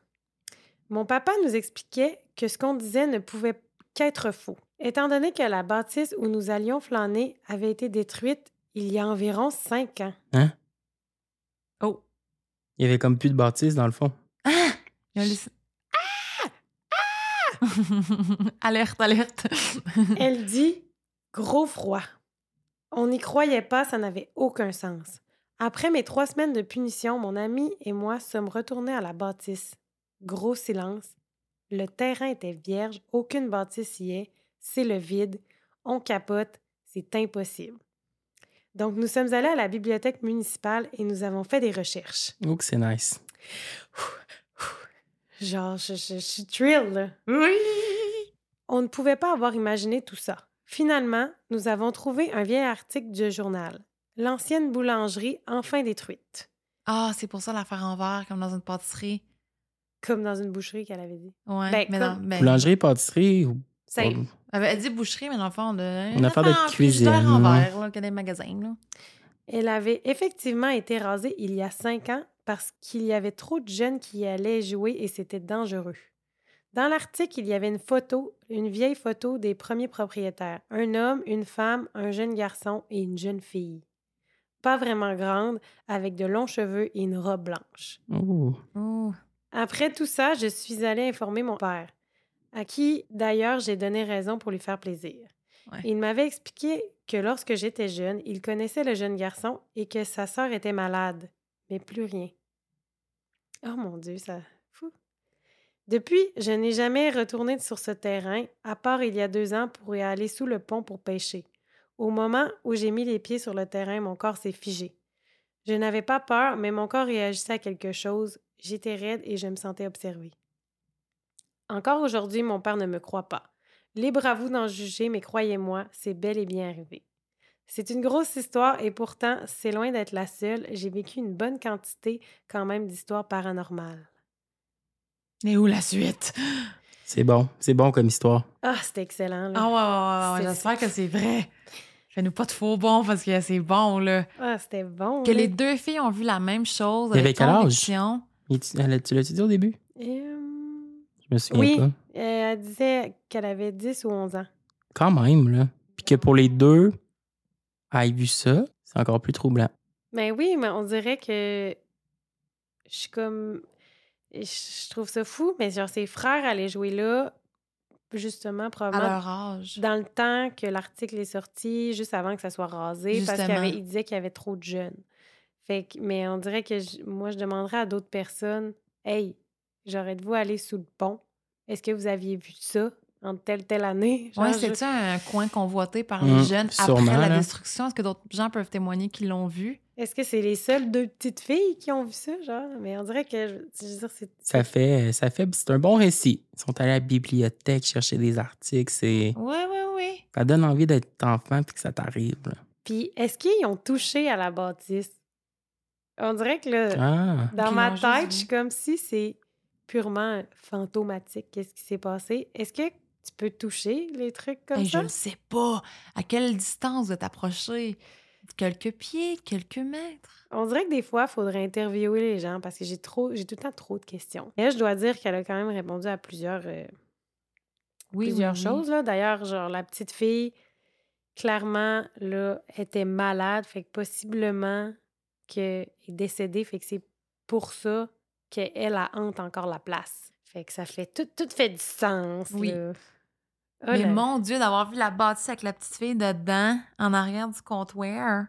Mon papa nous expliquait que ce qu'on disait ne pouvait qu'être faux. Étant donné que la bâtisse où nous allions flâner avait été détruite il y a environ cinq ans.
Oh.
Il y avait comme plus de bâtisse dans le fond.
Ah! Il y a un lyc- Ah! alerte, alerte.
Elle dit gros froid. On n'y croyait pas, ça n'avait aucun sens. Après mes trois semaines de punition, mon ami et moi sommes retournés à la bâtisse. Gros silence. Le terrain était vierge, aucune bâtisse y est, c'est le vide, on capote, c'est impossible. Donc nous sommes allés à la bibliothèque municipale et nous avons fait des recherches.
Oh, que c'est nice.
Genre, je, je- je suis thrilled. là.
oui.
On ne pouvait pas avoir imaginé tout ça. Finalement, nous avons trouvé un vieil article du journal. L'ancienne boulangerie enfin détruite.
Ah, c'est pour ça l'affaire en verre, comme dans une pâtisserie.
Comme dans une boucherie qu'elle avait dit.
Ouais,
Ben,
mais
comme-
non, ben-
Boulangerie, pâtisserie, ou-
Safe.
Elle avait- elle dit boucherie, mais dans le fond, on a
Une affaire de
en frigidaire
cuisine,
en
ouais.
verre, là, que des magasins, là.
Elle avait effectivement été rasée il y a cinq ans parce qu'il y avait trop de jeunes qui y allaient jouer et c'était dangereux. Dans l'article, il y avait une photo, une vieille photo des premiers propriétaires. Un homme, une femme, un jeune garçon et une jeune fille. Pas vraiment grande, avec de longs cheveux et une robe blanche.
Ouh.
Oh.
Après tout ça, je suis allée informer mon père, à qui d'ailleurs j'ai donné raison pour lui faire plaisir.
Ouais.
Il m'avait expliqué que lorsque j'étais jeune, il connaissait le jeune garçon et que sa sœur était malade, mais plus rien. Oh mon Dieu, ça fou. Depuis, je n'ai jamais retourné sur ce terrain, à part il y a deux ans pour y aller sous le pont pour pêcher. Au moment où j'ai mis les pieds sur le terrain, mon corps s'est figé. Je n'avais pas peur, mais mon corps réagissait à quelque chose. J'étais raide et je me sentais observée. Encore aujourd'hui, mon père ne me croit pas. Libre à vous d'en juger, mais croyez-moi, c'est bel et bien arrivé. C'est une grosse histoire et pourtant, c'est loin d'être la seule. J'ai vécu une bonne quantité quand même d'histoires paranormales.
Et où la suite?
C'est bon. C'est bon comme histoire.
Ah, c'était excellent. là.
Ah ouais, ouais, ouais, ouais,
C'est-
j'espère que c'est vrai. Fais-nous pas de faux bons parce que c'est bon, là.
Ah, c'était bon.
Que
là.
les deux filles ont vu la même chose.
Il y avait
avec
quel âge?
conviction.
Et tu elle- tu l'as-tu dit au début?
Euh,
Je me souviens
Oui,
pas.
euh, elle disait qu'elle avait 10 ou 11 ans.
Quand même, là. Puis que pour les deux, aille vu ça, c'est encore plus troublant.
Ben oui, mais on dirait que je suis comme. Je je trouve ça fou, mais genre, ses frères allaient jouer là, justement,
À
probablement
leur âge.
dans le temps que l'article est sorti, juste avant que ça soit rasé, parce qu'il y
Justement.
avait- il disait qu'il y avait trop de jeunes. Fait que, mais on dirait que je- moi, je demanderais à d'autres personnes Hey, j'aurais de vous aller sous le pont. Est-ce que vous aviez vu ça en telle, telle année? Genre,
Ouais,
je-
c'était-tu un coin convoité par
Mm,
les jeunes
sûrement,
après la
là.
destruction? Est-ce que d'autres gens peuvent témoigner qu'ils l'ont vu?
Est-ce que c'est les seules deux petites filles qui ont vu ça, genre? Mais on dirait que, je, je veux dire, c'est...
Ça fait, ça fait, c'est un bon récit. Ils sont allés à la bibliothèque chercher des articles. C'est,
Ouais, ouais, ouais.
ça donne envie d'être enfant puis que ça t'arrive. là.
Puis, est-ce qu'ils ont touché à la bâtisse? On dirait que,
Euh,
là,
Ah,
dans
Puis
ma
ils l'ont juste
tête, je
vu.
suis comme si c'est purement fantomatique, qu'est-ce qui s'est passé. Est-ce que tu peux toucher les trucs comme
Hey, Eh, je
ça?
ne sais pas. À quelle distance vous êtes approché? Quelques pieds, quelques mètres.
On dirait que des fois, il faudrait interviewer les gens parce que j'ai trop, j'ai tout le temps trop de questions. Et je dois dire qu'elle a quand même répondu à plusieurs... euh,
Oui,
plusieurs
oui, oui.
choses. Là. D'ailleurs, genre, la petite fille, clairement, là, était malade, fait que possiblement qu'elle est décédée, fait que c'est pour ça qu'elle a hante encore la place. Fait que ça fait tout, tout fait du sens.
Oui.
là. Oh
Mais
là-
mon Dieu, d'avoir vu la bâtisse avec la petite fille dedans, en arrière du comptoir.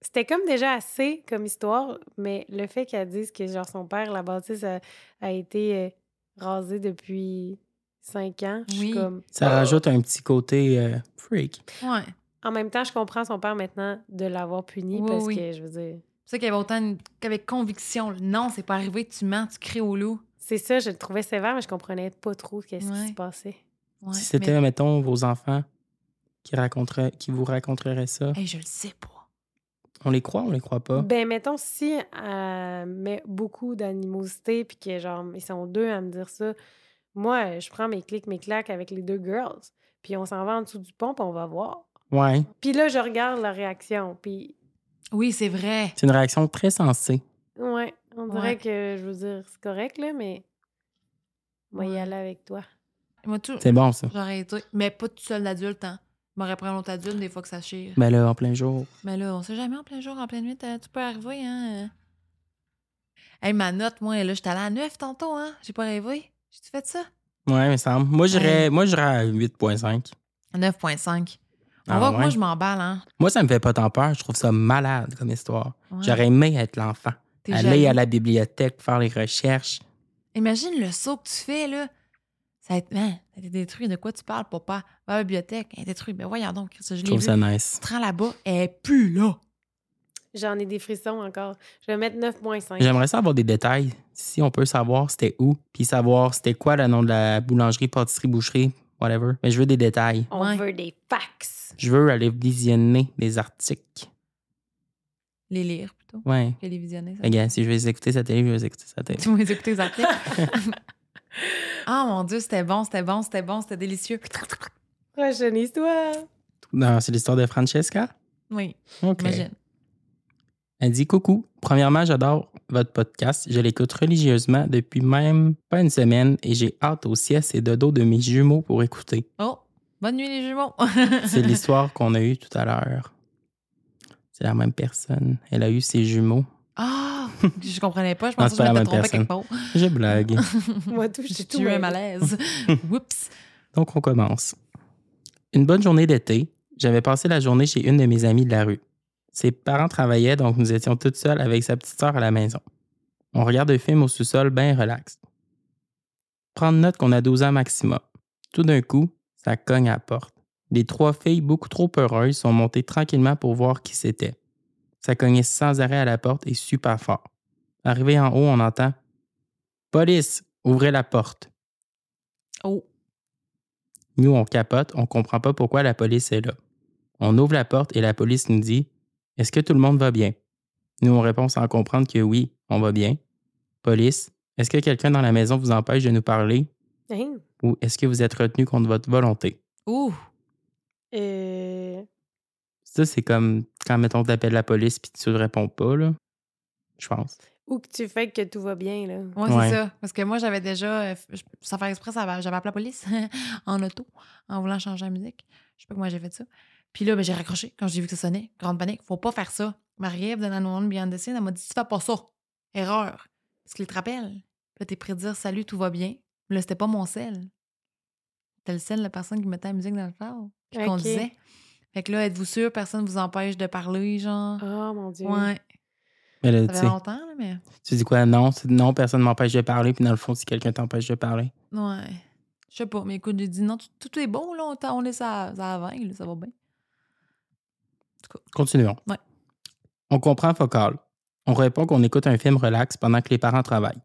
C'était comme déjà assez comme histoire, mais le fait qu'elle dise que genre son père, la bâtisse, a, a été euh, rasée depuis cinq ans, je suis
Oui.
comme.
ça rajoute un petit côté euh, freak.
Ouais.
En même temps, je comprends son père maintenant de l'avoir puni
Oui,
parce
oui.
que je veux dire.
C'est ça qu'il y avait autant une- qu'avec conviction. Non, c'est pas arrivé, tu mens, tu cries au loup.
C'est ça, je le trouvais sévère, mais je comprenais pas trop qu'est-ce qui
Ouais.
se passait.
Ouais,
si c'était,
mais-
mettons, vos enfants qui, raconteraient, qui vous raconteraient ça,
Hey, je le sais pas.
on les croit, on les croit pas?
Ben, mettons, si elle met beaucoup d'animosité, puis que, genre, ils sont deux à me dire ça, moi, je prends mes clics, mes claques avec les deux girls, puis on s'en va en dessous du pont, puis on va voir.
Ouais,
Puis là, je regarde leur réaction, puis,
Oui, c'est vrai.
c'est une réaction très sensée.
ouais, on dirait
Ouais.
que, je veux dire, c'est correct, là, mais moi, y
Ouais.
aller avec toi.
Moi, tout,
C'est bon, ça.
j'aurais été. Mais pas toute seule d'adulte, hein. Je m'aurais pris un autre adulte des fois que ça chire.
Ben là, en plein jour.
Mais là, on sait jamais en plein jour, en pleine nuit, t'as- tu peux arriver, hein. Hey, ma note, moi, là, j'étais allée à 9 tantôt, hein. J'ai pas rêvé. J'ai-tu fait ça?
Ouais, il me semble. Moi, j'irais,
Ouais.
moi, j'irais à 8,5.
9.5. On
Ah
voit que moi,
ouais?
je m'emballe, hein.
Moi, ça me fait pas tant peur. Je trouve ça malade comme histoire.
Ouais.
J'aurais aimé être l'enfant.
T'es
aller
jolie.
à la bibliothèque, faire les recherches.
Imagine le saut que tu fais, là. Ça a été, Hein, ça a été détruit. De quoi tu parles, papa? Va à la bibliothèque. Elle est détruite. Ben voyons donc, ça, je
Je
l'ai
trouve
vu.
ça nice.
Tu te rends là-bas, elle est plus là.
J'en ai des frissons encore. Je vais mettre 9.5.
J'aimerais ça avoir des détails. Si on peut savoir c'était où, puis savoir c'était quoi le nom de la boulangerie, pâtisserie, boucherie, whatever. Mais je veux des détails.
On
Ouais.
veut des fax.
Je veux aller visionner des articles.
Les lire, plutôt,
Ouais.
que les visionner. Ça.
Regarde, si je vais les écouter sa télé, je vais les écouter sa télé.
Tu m'as écouté les articles. Ah, mon Dieu, c'était bon, c'était bon, c'était bon, c'était délicieux.
Prochaine histoire.
Non, c'est l'histoire de Francesca?
Oui,
OK.
imagine.
Elle dit Coucou. Premièrement, j'adore votre podcast. Je l'écoute religieusement depuis même pas une semaine et j'ai hâte aux siestes et dodo de mes jumeaux pour écouter.
Oh, bonne nuit, les jumeaux.
C'est l'histoire qu'on a eue tout à l'heure. C'est la même personne. Elle a eu ses jumeaux.
Ah, je comprenais pas. Je
Non,
pensais
c'est
que
pas
je
la
m'étais
même
trompée quelque part.
Je blague.
Moi, tout, j'ai
J'ai
tout.
eu un
mêlé.
malaise. Oups.
Donc, on commence. Une bonne journée d'été, j'avais passé la journée chez une de mes amies de la rue. Ses parents travaillaient, donc nous étions toutes seules avec sa petite sœur à la maison. On regarde un film au sous-sol bien relax. Prendre note qu'on a 12 ans maximum. Tout d'un coup, ça cogne à la porte. Les trois filles, beaucoup trop peureuses, sont montées tranquillement pour voir qui c'était. Ça cognait sans arrêt à la porte et super fort. Arrivé en haut, on entend Police, ouvrez la porte.
Oh,
Nous, on capote, on comprend pas pourquoi la police est là. On ouvre la porte et la police nous dit Est-ce que tout le monde va bien Nous, on répond sans comprendre que oui, on va bien. Police, est-ce que quelqu'un dans la maison vous empêche de nous parler
Hein?
ou est-ce que vous êtes retenu contre votre volonté?
ouh,
Euh,
Ça, c'est comme quand, mettons, t'appelles la police puis tu réponds pas, là. Je pense.
ou que tu fais que tout va bien, là.
ouais,
Ouais.
c'est ça. Parce que moi, j'avais déjà, euh, je- sans faire exprès, ça va- j'avais appelé la police en auto, en voulant changer la musique. Je sais pas comment j'ai fait ça. Puis là, ben, j'ai raccroché quand j'ai vu que ça sonnait. Grande panique, faut pas faire ça. Marie-Ève de Nanon Beyond the Scene, elle m'a dit, tu fais pas ça. Erreur. Parce qu'il te rappelle. Puis là, t'es prêt à dire, salut, tout va bien. Mais là, c'était pas mon sel. C'était le sel de la personne qui mettait la musique dans le char. Puis qu'on
Ok.
disait. Fait que là, êtes-vous sûr, personne vous empêche de parler, genre.
Oh mon Dieu.
Ouais.
Mais là,
Ça
tu
fait
sais,
longtemps, là, mais.
tu dis quoi? Non, c'est- non, personne m'empêche de parler, puis dans le fond, si quelqu'un t'empêche de parler.
Ouais. Je sais pas, mais écoute, j'ai dit non, tout, tout est bon, là, on, t'a- on est ça, ça à 20, là, ça va bien.
Continuons.
Ouais.
On comprend Focal. On répond qu'on écoute un film relax pendant que les parents travaillent.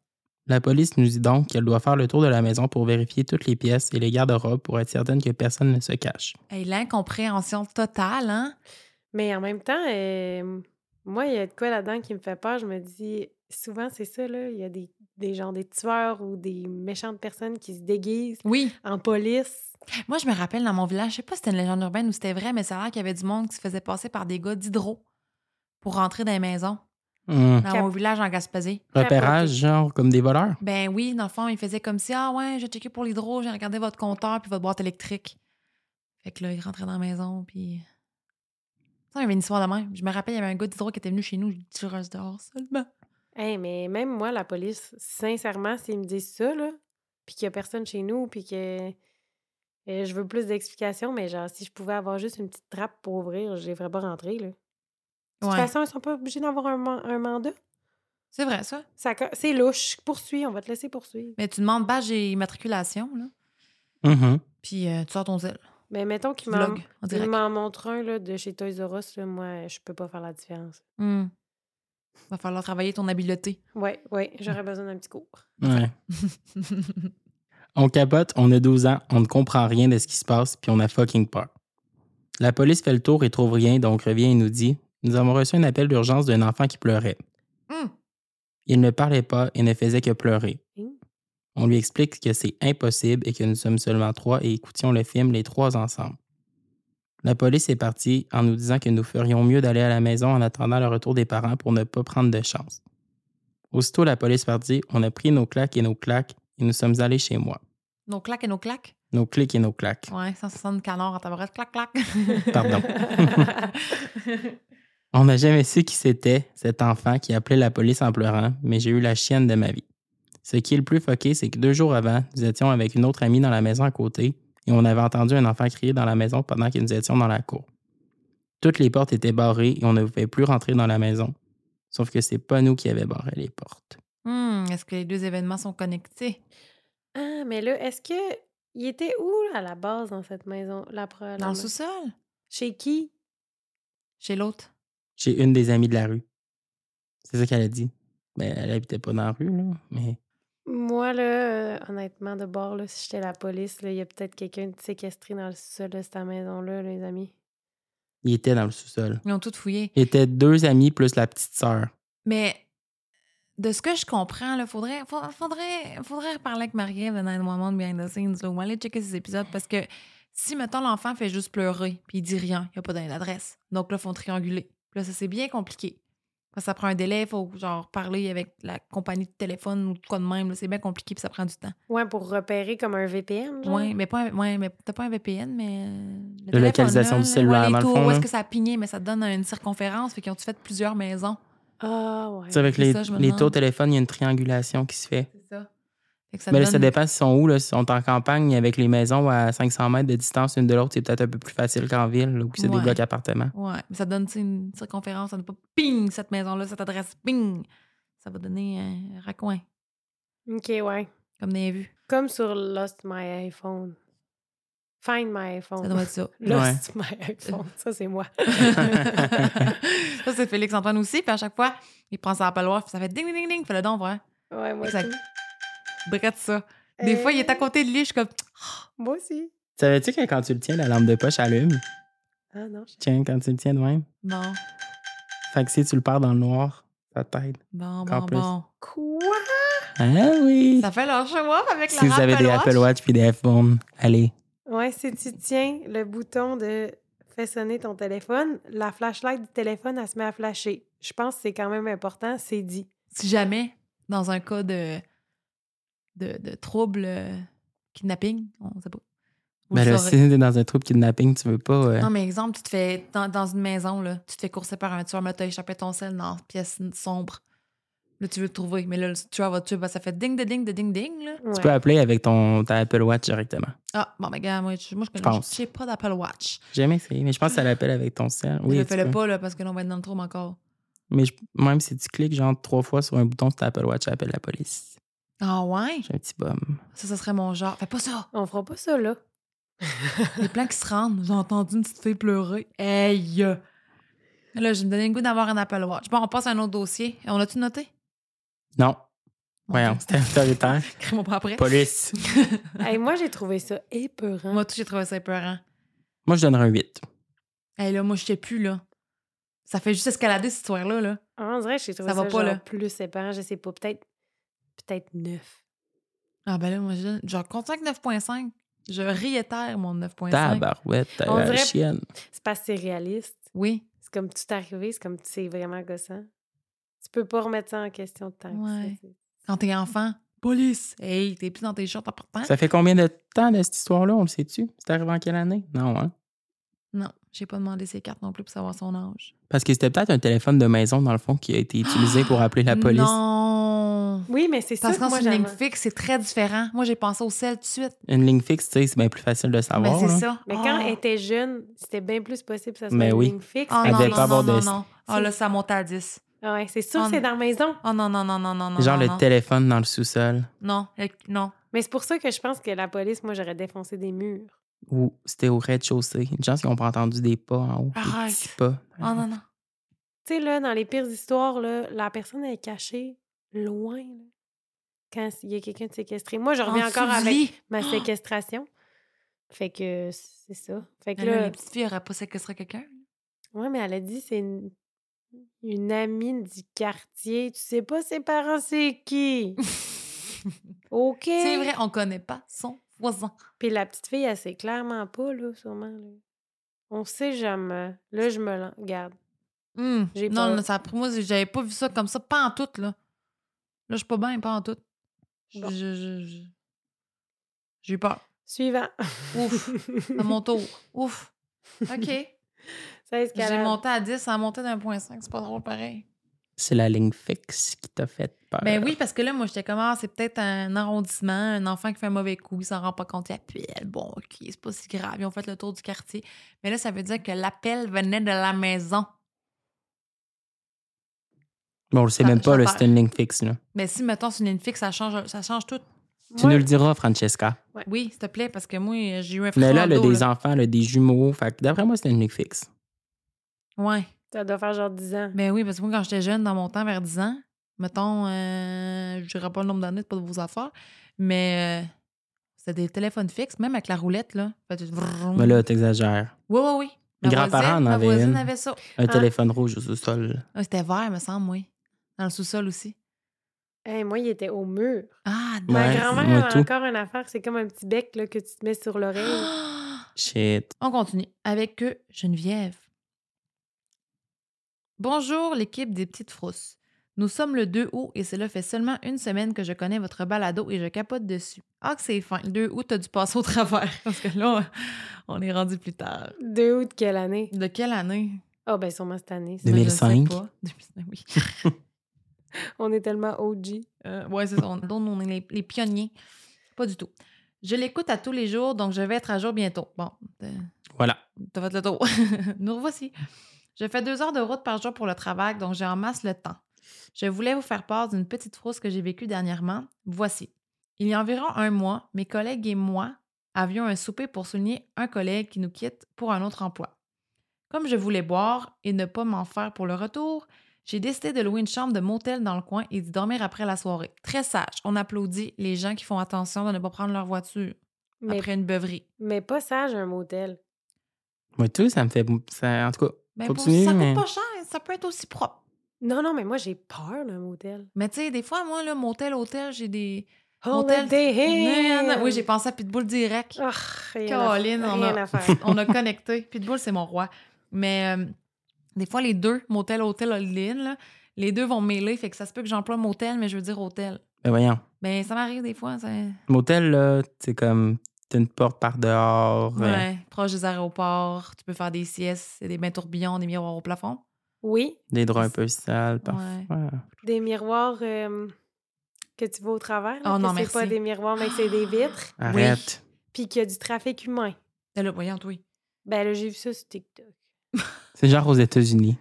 La police nous dit donc qu'elle doit faire le tour de la maison pour vérifier toutes les pièces et les garde-robes pour être certaine que personne ne se cache.
Hey, l'incompréhension totale, hein?
Mais en même temps, euh, moi, il y a de quoi là-dedans qui me fait peur. Je me dis, souvent, c'est ça, là. Il y a des, des gens, des tueurs ou des méchantes personnes qui se déguisent
Oui.
en police.
Moi, je me rappelle dans mon village, je sais pas si c'était une légende urbaine ou c'était vrai, mais ça a l'air qu'il y avait du monde qui se faisait passer par des gars d'hydro pour rentrer dans les maisons,
Hum.
dans
Cap-
mon village en Gaspésie.
Repérage, genre comme des voleurs?
Ben oui, dans le fond, ils faisaient comme si, ah ouais, j'ai checké pour l'hydro, j'ai regardé votre compteur puis votre boîte électrique. Fait que là, ils rentraient dans la maison, puis. Ça, il y avait une histoire de même. Je me rappelle, il y avait un gars d'hydro qui était venu chez nous, je dis, tu restes dehors seulement.
Hey, mais même moi, la police, sincèrement, s'ils me disent ça, là, puis qu'il y a personne chez nous, puis que euh, je veux plus d'explications, mais genre, si je pouvais avoir juste une petite trappe pour ouvrir, je les ferais pas rentrer, là. De toute
Ouais.
façon, ils sont pas obligés d'avoir un, man- un mandat.
C'est vrai, ça.
Ça co- C'est louche. Poursuis, on va te laisser poursuivre.
Mais tu demandes badge et immatriculation, là.
Mhm.
Puis euh, tu sors ton zèle.
Mais mettons
Tu
qu'ils m'en
vlogs en
Il
direct.
m'en montre un là, de chez Toys R Us. Là, moi, je peux pas faire la différence.
Hmm. Va falloir travailler ton habileté.
Ouais, ouais, j'aurais besoin d'un petit cours.
Ouais.
Hmm.
On capote, on a 12 ans, on ne comprend rien de ce qui se passe, puis on a fucking peur. La police fait le tour et trouve rien, donc revient et nous dit Nous avons reçu un appel d'urgence d'un enfant qui pleurait.
Hmm.
Il ne parlait pas et ne faisait que pleurer.
Mm.
On lui explique que c'est impossible et que nous sommes seulement trois et écoutions le film les trois ensemble. La police est partie en nous disant que nous ferions mieux d'aller à la maison en attendant le retour des parents pour ne pas prendre de chance. Aussitôt la police partie, on a pris nos claques et nos claques et nous sommes allés chez moi.
Nos claques et nos claques.
Nos clics et nos claques.
Ouais, 160 canards en tabarette. Clac, clac.
Pardon. On n'a jamais su qui c'était, cet enfant qui appelait la police en pleurant, mais j'ai eu la chienne de ma vie. Ce qui est le plus foqué, c'est que deux jours avant, nous étions avec une autre amie dans la maison à côté et on avait entendu un enfant crier dans la maison pendant que nous étions dans la cour. Toutes les portes étaient barrées et on ne pouvait plus rentrer dans la maison. Sauf que c'est pas nous qui avions barré les portes.
Hmm, Est-ce que les deux événements sont connectés?
Ah, mais là, est-ce que. Il était où là, à la base dans cette maison? La pro- la
Dans
ma-
le sous-sol?
Chez qui?
Chez l'autre?
J'ai une des amies de la rue. C'est ça qu'elle a dit. Mais elle habitait pas dans la rue, là. Mais
Moi, là, euh, honnêtement, de bord, là, si j'étais la police, là, il y a peut-être quelqu'un de séquestré dans le sol de cette maison-là, les amis.
il était dans le sous-sol.
Ils ont tout fouillé.
Il était deux amis plus la petite sœur.
Mais de ce que je comprends, il faudrait, fa- faudrait, faudrait parler avec Marie-Ève de 911 Behind the Scenes, là, ou aller checker ces épisodes, parce que si, mettons, l'enfant fait juste pleurer, puis il dit rien, il a pas donné d'adresse. Donc là, ils font trianguler. Puis là, ça, c'est bien compliqué. Parce que Ça prend un délai, il faut genre parler avec la compagnie de téléphone ou de quoi de même. là, C'est bien compliqué, puis ça prend du temps.
Ouais, pour repérer comme un VPN. genre?
Oui, mais pas un- ouais, mais t'as pas un VPN, mais. euh, le
La
téléphone,
localisation
là,
du cellulaire,
ouais, les
dans le
tours,
fond,
Où est-ce
là.
que ça a pigné, mais ça te donne une circonférence, fait qu'ils ont-tu fait plusieurs maisons.
Ah,
Tu
ouais.
sais, avec
C'est
les,
ça, je me
les
demande.
taux téléphone, il y a une triangulation qui se fait.
C'est ça. Fait que ça
Mais
te
là, ça
donne-
dépend s'ils sont où. Là. S'ils sont en campagne, avec les maisons à 500 mètres de distance une de l'autre, c'est peut-être un peu plus facile qu'en ville, là, où c'est des
Ouais.
blocs appartements.
Ouais, mais ça donne tu sais, une circonférence, ça donne pas ping cette maison-là, cette adresse ping. Ça va donner un raccoin,
Ok, ouais.
comme des vues.
Comme sur Lost My iPhone. Find my iPhone.
Ça doit être ça.
Lost my iPhone. Ça, c'est moi.
ça, c'est Félix-Antoine aussi. Puis à chaque fois, il prend sa Apple Watch, puis ça fait ding, ding, ding, ding. Fais le don, voir.
Ouais, moi
Exact.
aussi.
Brette ça. Des fois, il est à
Euh,
côté de lui, je suis comme...
Moi aussi.
Savais-tu que quand tu le tiens, la lampe de poche allume?
Ah non, je-
Tiens, quand tu le tiens de même.
Bon,
Fait que si tu le perds dans le noir, ça t'aide.
bon,
Encore
bon,
plus.
bon.
Quoi?
Ah oui!
Ça fait leur show-off avec
Si
la
vous avez des Apple Watch puis des iPhones, allez.
Ouais, si tu tiens le bouton de fais sonner ton téléphone, la flashlight du téléphone, elle se met à flasher. Je pense que c'est quand même important, c'est dit.
Si jamais, dans un cas de, de, de trouble, euh, kidnapping, on sait pas. Vous
Ben
le
là, si
saurez.
t'es dans un trouble kidnapping, tu veux pas. euh,
Non, mais exemple, tu te fais dans, dans une maison, là, tu te fais courser par un tueur, mais là, t'as échappé ton sel dans une pièce sombre. Là, tu veux le trouver, mais là, le tueur va te tuer, ben, ça fait ding, de ding, de ding, ding. Là.
Ouais.
Tu peux appeler avec ton, ta Apple Watch directement.
Ah, bon, ben, gars, moi, je, moi, je connais,
pense.
j'ai pas d'Apple Watch.
J'ai jamais essayé, mais je pense que ça l'appelle avec ton cell. Oui,
je
tu
fais le
peux.
pas, là, parce que là, on va être dans le trouble encore.
Mais je- même si tu cliques genre trois fois sur un bouton sur ta Apple Watch, ça appelle la police.
Ah, ouais?
J'ai un petit bum.
Ça, ça serait mon genre. Fais pas ça!
On fera pas ça, là.
Les plans qui se rendent. J'ai entendu une petite fille pleurer. Hey! euh. Là, je me donnais le goût d'avoir un Apple Watch. Bon, on passe à un autre dossier. On l'a-tu noté?
Non.
Mon
Voyons,
Dieu.
c'était autoritaire.
Crée-moi pas après.
Police.
Hey, moi, j'ai trouvé ça épeurant.
Moi, tout, j'ai trouvé ça épeurant.
Moi, je donnerais un 8.
Hey, là, moi, je sais plus, là. Ça fait juste escalader, cette histoire-là, là.
En vrai, j'ai trouvé
Ça
ça,
va pas,
genre
là.
plus épeurant. Je sais pas, peut-être peut-être neuf.
Ah, ben là, moi, je donne... Genre, content que 9.5. Je réitère mon 9.5.
Tabarouette, t'as
On
la
dirait-
chienne.
C'est parce que c'est réaliste.
Oui.
C'est comme tout est arrivé, c'est comme c'est vraiment gossant. Tu peux pas remettre ça en question de temps.
Ouais. Quand t'es enfant, police. Hey, t'es plus dans tes shorts en partant.
Ça fait combien de temps de cette histoire-là? On le sait-tu? C'est arrivé en quelle année? Non, hein?
Non, j'ai pas demandé ses cartes non plus pour savoir son âge.
Parce que c'était peut-être un téléphone de maison, dans le fond, qui a été utilisé pour appeler la police.
Non!
Oui, mais c'est ça
Parce
que
qu'en
moi,
sur une ligne
j'avais.
fixe, c'est très différent. Moi, j'ai pensé au sel tout de suite.
Une ligne fixe, tu sais, c'est bien plus facile de
Mais Ben,
savoir.
c'est
là.
ça.
Mais quand
Oh.
elle était jeune, c'était bien plus possible que ça soit
Mais
une
oui.
ligne fixe.
Oh
Elle
non,
devait
non,
pas avoir
non,
de-
non, non. Ah, là, ça montait à 10.
Ah ouais, c'est sûr
Oh,
que c'est
non.
dans la maison.
Oh non, non, non, non, non, non.
Genre
non,
le
non.
téléphone dans le sous-sol.
Non, le- non.
Mais c'est pour ça que je pense que la police, moi, j'aurais défoncé des murs.
ou c'était au rez-de-chaussée. Une chance qu'ils n'ont pas entendu des pas en haut.
Arrête.
Des petits pas.
Oh non, non.
Tu sais, là, dans les pires histoires, là, la personne elle est cachée loin. là, quand il y a quelqu'un de séquestré. Moi, je reviens
En
encore
dessous du
avec
lit.
ma séquestration. Fait que c'est ça. Fait que
Mais Ben là,
là,
la petite fille n'aurait pas séquestré quelqu'un.
ouais, mais elle a dit c'est une, une amie du quartier. Tu sais pas ses parents, c'est qui? OK.
Mmh. C'est vrai, on connaît pas son voisin.
Puis la petite fille, elle sait clairement pas, là, sûrement. Là. On sait jamais. Là, je me l'en garde.
Hum.
Hmm, J'ai
Non,
peur.
non, ça, moi, j'avais pas vu ça comme ça, pas en tout, là. Là, je suis pas bien, pas en tout. Je-
Bon.
je- je- je- J'ai eu peur.
Suivant.
Ouf. À mon tour. Ouf. OK.
Ça
J'ai
escalade.
monté à 10, ça a monté d'un point 5. C'est pas drôle pareil.
C'est la ligne fixe qui t'a fait peur.
Ben oui, parce que là, moi, j'étais comme, ah, c'est peut-être un arrondissement, un enfant qui fait un mauvais coup, il s'en rend pas compte, il appelle, bon, ok, c'est pas si grave, ils ont fait le tour du quartier. Mais là, ça veut dire que l'appel venait de la maison.
Bon, on le sait
Ça-
même pas,
ça
là,
part.
c'est une ligne fixe. Là.
Mais si, mettons, sur une fixe, ça change, ça change tout.
Tu
Moi,
nous le diras, Francesca.
Oui, s'il te plaît, parce que moi, j'ai eu un frisson
Mais là,
dans
elle a
le dos,
des
là.
enfants, elle a des jumeaux. Fait que d'après moi, c'est une ligne fixe.
Ouais.
Ça doit faire genre 10 ans.
Ben oui, parce que moi, quand j'étais jeune, dans mon temps, vers 10 ans, mettons, euh, je dirais pas le nombre d'années, c'est pas de vos affaires, mais euh, c'était des téléphones fixes, même avec la roulette, là. Fait que-
Mais
Mm.
là, t'exagères.
Oui, oui, oui.
Mes
Ma
grands-parents
voisine-
en
ma
avaient
voisine
une.
avait ça.
Un téléphone rouge au sous-sol.
Ah, c'était vert, me semble, oui. Dans le sous-sol aussi.
Hey, moi, il était au mur.
Ah,
Ma
Ouais,
grand-mère
moi
avait
tout.
encore une affaire. C'est comme un petit bec là, que tu te mets sur l'oreille.
Ah!
Shit.
On continue avec euh, Geneviève. Bonjour, l'équipe des petites frousses. Nous sommes le 2 août et cela fait seulement une semaine que je connais votre balado et je capote dessus. Ah, que c'est fin. Le 2 août, t'as dû passer au travers parce que là, on est rendu plus tard.
De août, quelle année?
De quelle année?
Ah, ben sûrement cette année.
Ça, je sais
2005.
pas. 2005, oui.
On est tellement OG.
Euh, ouais, c'est ça. On, donc, on est les, les pionniers. Pas du tout. Je l'écoute à tous les jours, donc je vais être à jour bientôt. Bon, euh,
Voilà.
t'as fait le tour. Nous revoici. Je fais deux heures de route par jour pour le travail, donc j'ai en masse le temps. Je voulais vous faire part d'une petite frousse que j'ai vécue dernièrement. Voici. Il y a environ un mois, mes collègues et moi avions un souper pour souligner un collègue qui nous quitte pour un autre emploi. Comme je voulais boire et ne pas m'en faire pour le retour, j'ai décidé de louer une chambre de motel dans le coin et d'y dormir après la soirée. Très sage, on applaudit les gens qui font attention de ne pas prendre leur voiture
Mais,
après une beuverie.
mais pas sage, un motel.
Moi, tout, ça me fait. ça- en tout cas,
Mais
Continue,
Ben, ça coûte
mais-
pas cher, ça peut être aussi propre.
Non, non, mais moi, j'ai peur d'un motel.
Mais tu sais, des fois, moi, là, motel, hôtel, j'ai des. Motel,
Holiday Inn!
Oh, Man, oui, j'ai pensé à Pitbull direct.
Ah, rien à-
Caroline, on
rien
a-
à faire.
On a connecté. Pitbull, c'est mon roi. Mais euh, des fois, les deux, motel, hôtel, holiday Inn, là, les deux vont mêler. Fait que ça se peut que j'emploie motel, mais je veux dire hôtel.
ben voyons.
Ben, ça m'arrive des fois. ça-
Motel, là, c'est comme. T'as une porte par dehors. euh,
Ouais, proche des aéroports, tu peux faire des siestes, c'est des bains tourbillons, des miroirs au plafond.
Oui,
Des draps un peu sales parfois.
des miroirs euh, que tu vois au travers. là,
Oh
que
non,
c'est pas
merci. Ah.
des miroirs, mais que c'est des vitres.
Arrête.
Puis qu'il y a du trafic humain.
C'est là, voyons, oui.
Ben là, j'ai vu ça sur TikTok.
C'est genre aux États-Unis.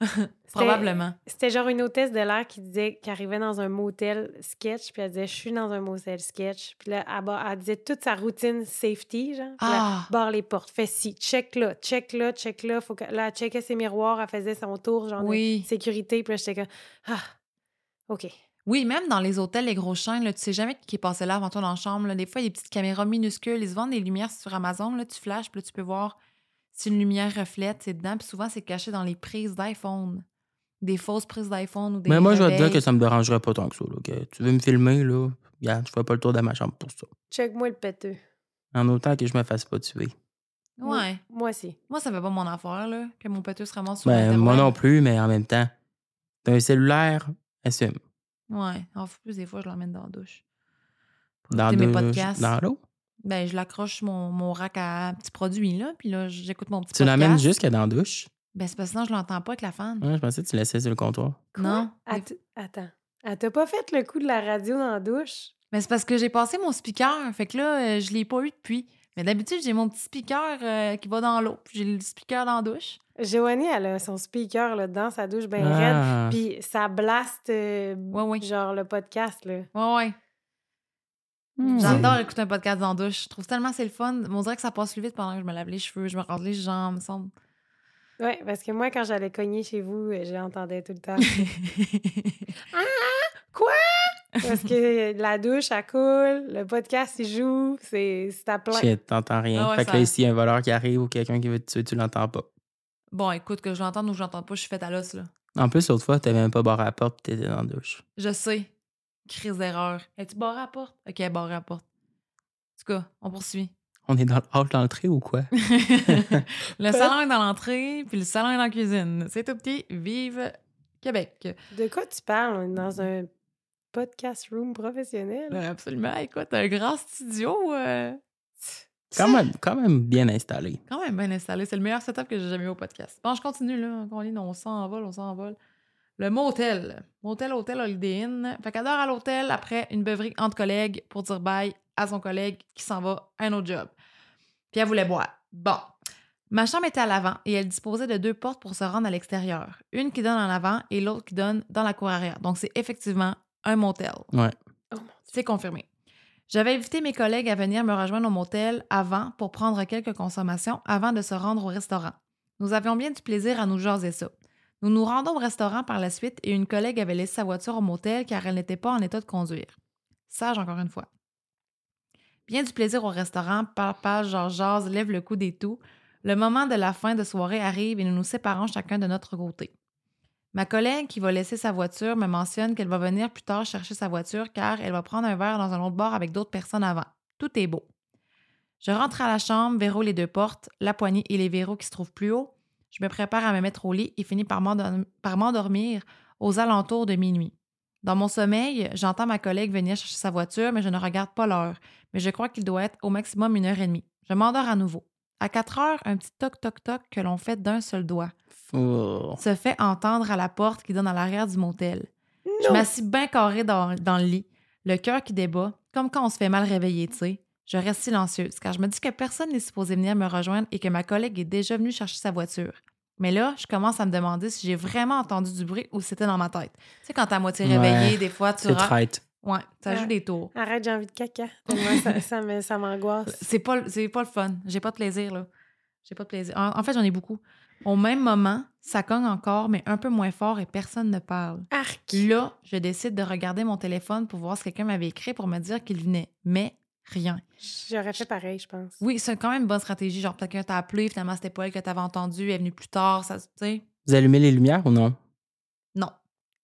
C'était-
Probablement.
C'était genre une hôtesse de l'air qui disait qu'elle arrivait dans un motel sketch, puis elle disait Je suis dans un motel sketch. Puis là, elle, bar- elle disait toute sa routine safety, genre. Puis là,
Ah!
barre les portes, fais ci, check là, check là, check là. Faut que... Là, elle checkait ses miroirs, elle faisait son tour, genre de
Oui.
sécurité. Puis là, j'étais comme Ah, OK.
Oui, même dans les hôtels, les gros chaînes, là, tu sais jamais qui est passé là avant toi dans la chambre. là. Des fois, il y a des petites caméras minuscules. Ils se vendent des lumières sur Amazon. Là, tu flashes, puis là, tu peux voir si une lumière reflète, c'est dedans. Puis souvent, c'est caché dans les prises d'iPhone. Des fausses prises d'iPhone ou des.
Mais moi, je vais te dire
réveils.
que ça me dérangerait pas tant que ça. Là, que tu veux me filmer, là? Regarde, je fais pas le tour de ma chambre pour ça.
Check-moi le péteux.
En autant que je me fasse pas tuer.
Ouais.
Moi aussi.
Moi, ça fait pas mon affaire, là, que mon péteux se ramasse sur
Ben,
Internet.
moi non plus, mais en même temps, t'as un cellulaire, assume.
Ouais. En plus, des fois, je l'emmène dans la douche. Pour
Dans
écouter
deux-
mes podcasts.
Dans l'eau.
Ben, je l'accroche mon, mon rack à petits produits, là. Puis là, j'écoute mon petit
Tu
podcast.
l'emmènes jusque dans la douche.
Ben, c'est parce que sinon, je l'entends pas avec la fan.
Ouais, je pensais que tu laissais sur le comptoir.
Non.
Elle t- Attends. Elle t'a pas fait le coup de la radio dans la douche?
Mais c'est parce que j'ai passé mon speaker. Fait que là, euh, je l'ai pas eu depuis. Mais d'habitude, j'ai mon petit speaker euh, qui va dans l'eau. Puis j'ai le speaker dans la douche.
Joanie, elle a son speaker là, dans sa douche, ben raide.
Ah.
Puis ça blaste, euh,
Ouais, ouais.
genre le podcast, là.
Ouais, ouais.
Hmm.
J'adore écouter un podcast dans la douche. Je trouve tellement c'est le fun. Mais On dirait que ça passe plus vite pendant que je me lave les cheveux, je me rase les jambes, me semble.
Oui, parce que moi, quand j'allais cogner chez vous, euh, je l'entendais tout le temps. parce que la douche, elle coule, le podcast, il joue, c'est c'est à plein.
Shit, t'entends rien.
Ah ouais,
fait que
ça-
là, ici, y a un voleur qui arrive ou quelqu'un qui veut te tuer, tu l'entends pas.
bon, écoute, que je l'entende ou je l'entende pas, je suis faite à l'os, là.
En plus, l'autre fois, t'avais même pas barré la porte pis t'étais dans la douche.
Je sais. Crise d'erreur. Es-tu barré à la porte? Ok, barré à la porte. En tout cas, on poursuit.
On est dans le hall d'entrée ou quoi?
le salon est dans l'entrée, puis le salon est dans la cuisine. C'est tout petit. Vive Québec.
De quoi tu parles? On est dans un podcast room professionnel.
Ben, absolument. Écoute, un grand studio. euh,
quand, même, quand même bien installé.
quand même bien installé. C'est le meilleur setup que j'ai jamais eu au podcast. Bon, je continue, là. Colin, on s'envole, on s'envole. Le motel. Motel, hôtel, Holiday Inn. Fait qu'elle dort à l'hôtel après une beuverie entre collègues pour dire bye à son collègue qui s'en va à un autre job. Puis elle voulait boire. Bon. Ma chambre était à l'avant et elle disposait de deux portes pour se rendre à l'extérieur. Une qui donne en avant et l'autre qui donne dans la cour arrière. Donc, c'est effectivement un motel.
Ouais.
Oh mon Dieu.
C'est confirmé. J'avais invité mes collègues à venir me rejoindre au motel avant pour prendre quelques consommations avant de se rendre au restaurant. Nous avions bien du plaisir à nous jaser ça. Nous nous rendons au restaurant par la suite et une collègue avait laissé sa voiture au motel car elle n'était pas en état de conduire. Sage encore une fois. Bien du plaisir au restaurant, papa, genre jase, lève le coup des tout. Le moment de la fin de soirée arrive et nous nous séparons chacun de notre côté. Ma collègue qui va laisser sa voiture me mentionne qu'elle va venir plus tard chercher sa voiture car elle va prendre un verre dans un autre bar avec d'autres personnes avant. Tout est beau. Je rentre à la chambre, verrouille les deux portes, la poignée et les verrous qui se trouvent plus haut. Je me prépare à me mettre au lit et finis par m'endorm- par m'endormir aux alentours de minuit. Dans mon sommeil, j'entends ma collègue venir chercher sa voiture, mais je ne regarde pas l'heure. Mais je crois qu'il doit être au maximum une heure et demie. Je m'endors à nouveau. À quatre heures, un petit toc-toc-toc que l'on fait d'un seul doigt
Fou.
se fait entendre à la porte qui donne à l'arrière du motel. Je
Non!
m'assis bien carré dans, dans le lit, le cœur qui débat, comme quand on se fait mal réveiller, tu sais. Je reste silencieuse, car je me dis que personne n'est supposé venir me rejoindre et que ma collègue est déjà venue chercher sa voiture. Mais là, je commence à me demander si j'ai vraiment entendu du bruit ou si c'était dans ma tête. Tu sais, quand t'es à moitié
Ouais.
réveillée, des fois, tu
C'est
rentres.
traite.
Ouais, ça joue
Ouais.
des tours.
Arrête, j'ai envie de caca. Tellement ça, ça me- ça m'angoisse.
C'est pas, le- c'est pas le fun. J'ai pas de plaisir, là. J'ai pas de plaisir. En, en fait, j'en ai beaucoup. Au même moment, ça cogne encore, mais un peu moins fort et personne ne parle.
Arc!
Là, je décide de regarder mon téléphone pour voir si quelqu'un m'avait écrit pour me dire qu'il venait. Mais rien.
J'aurais fait pareil, je pense.
Oui, c'est quand même une bonne stratégie. Genre, peut-être que t'a appelé, finalement, c'était pas elle que t'avais entendu, elle est venue plus tard, ça, tu sais.
Vous allumez les lumières ou non?
Non.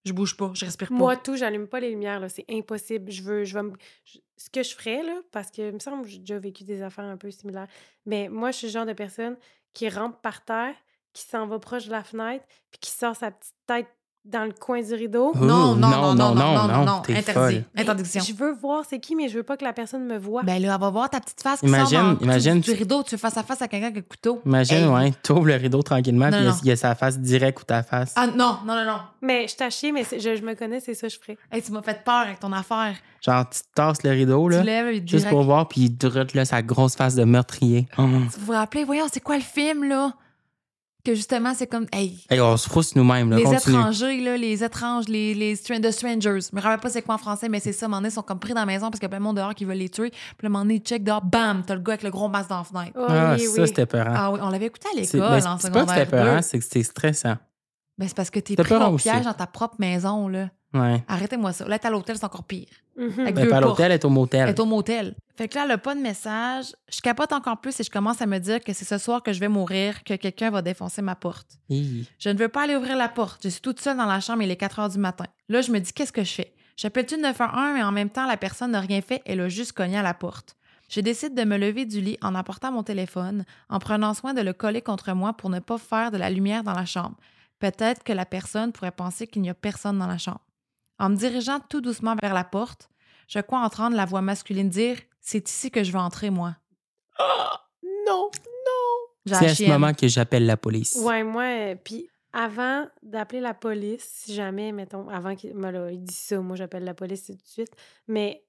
Je bouge pas, je respire pas.
Moi, tout, j'allume pas les lumières, là. C'est impossible. Je veux, je vais me- je- Ce que je ferais, là, parce que, il me semble, que j'ai déjà vécu des affaires un peu similaires. Mais moi, je suis le genre de personne qui rampe par terre, qui s'en va proche de la fenêtre, puis qui sort sa petite tête dans le coin du rideau.
Oh,
non, non, non, non,
non,
non,
non,
non, non,
non, t'es
interdit.
folle.
Mais
Interdiction.
Je veux voir c'est qui, mais je veux pas que la personne me voie.
Ben là, elle va voir ta petite face qui
Imagine-
sort dans-
imagine-
du, du rideau, tu es face à face à quelqu'un avec un couteau.
Imagine,
Hey.
ouais, t'ouvres le rideau tranquillement,
Non,
puis il y
non.
a- il y, a sa face direct ou ta face.
Ah non, non, non, non.
Mais je t'achais, mais c'est- je, je me connais, c'est ça que je ferais.
Hey, tu m'as fait peur avec ton affaire.
Genre, tu tasses le rideau, là,
tu lèves et
juste
direct,
pour voir, puis il droite, là, sa grosse face de meurtrier. Oh.
Tu vous rappelez, voyons, c'est quoi le film, là? Que justement, c'est comme. Hey,
Hey, on se frousse nous-mêmes, là,
les
continue.
étrangers, là, les étranges, les, les stran- The Strangers. Je me rappelle pas c'est quoi en français, mais c'est ça. À un moment donné, ils sont comme pris dans la maison parce qu'il y a plein de monde dehors qui veut les tuer. Puis à un moment donné, ils check dehors, bam, t'as le gars avec le gros masque dans la fenêtre.
Oh,
Ah,
oui,
ça,
oui.
c'était peurant.
Ah oui, on l'avait écouté à
C'est mais
l'école en
c'est pas que c'était
secondaire.
peurant,
2.
c'est que c'est stressant.
Ben, c'est parce que t'es
hein. C'était
pris
peurant
au
aussi.
piège dans ta propre maison, là.
Ouais.
Arrêtez-moi ça. Là, t'es à l'hôtel, c'est encore pire.
Mhm.
Avec
Ben,
deux
pas à
portes.
l'hôtel, elle est au motel.
Elle est au motel. Fait que là, elle n'a pas de message. Je capote encore plus et je commence à me dire que c'est ce soir que je vais mourir, que quelqu'un va défoncer ma porte.
Hi.
Je ne veux pas aller ouvrir la porte. Je suis toute seule dans la chambre, il est 4 heures du matin. Là, je me dis, qu'est-ce que je fais? J'appelle-tu le 911, mais en même temps, la personne n'a rien fait, elle a juste cogné à la porte. Je décide de me lever du lit en apportant mon téléphone, en prenant soin de le coller contre moi pour ne pas faire de la lumière dans la chambre. Peut-être que la personne pourrait penser qu'il n'y a personne dans la chambre. En me dirigeant tout doucement vers la porte, je crois entendre la voix masculine dire C'est ici que je veux entrer, moi.
Ah! Non!
J'ai la
C'est à ce
chienne.
moment que j'appelle la police.
Ouais, moi, euh, puis avant d'appeler la police, si jamais, mettons, avant qu'il me là, il dit ça, moi j'appelle la police tout de suite, mais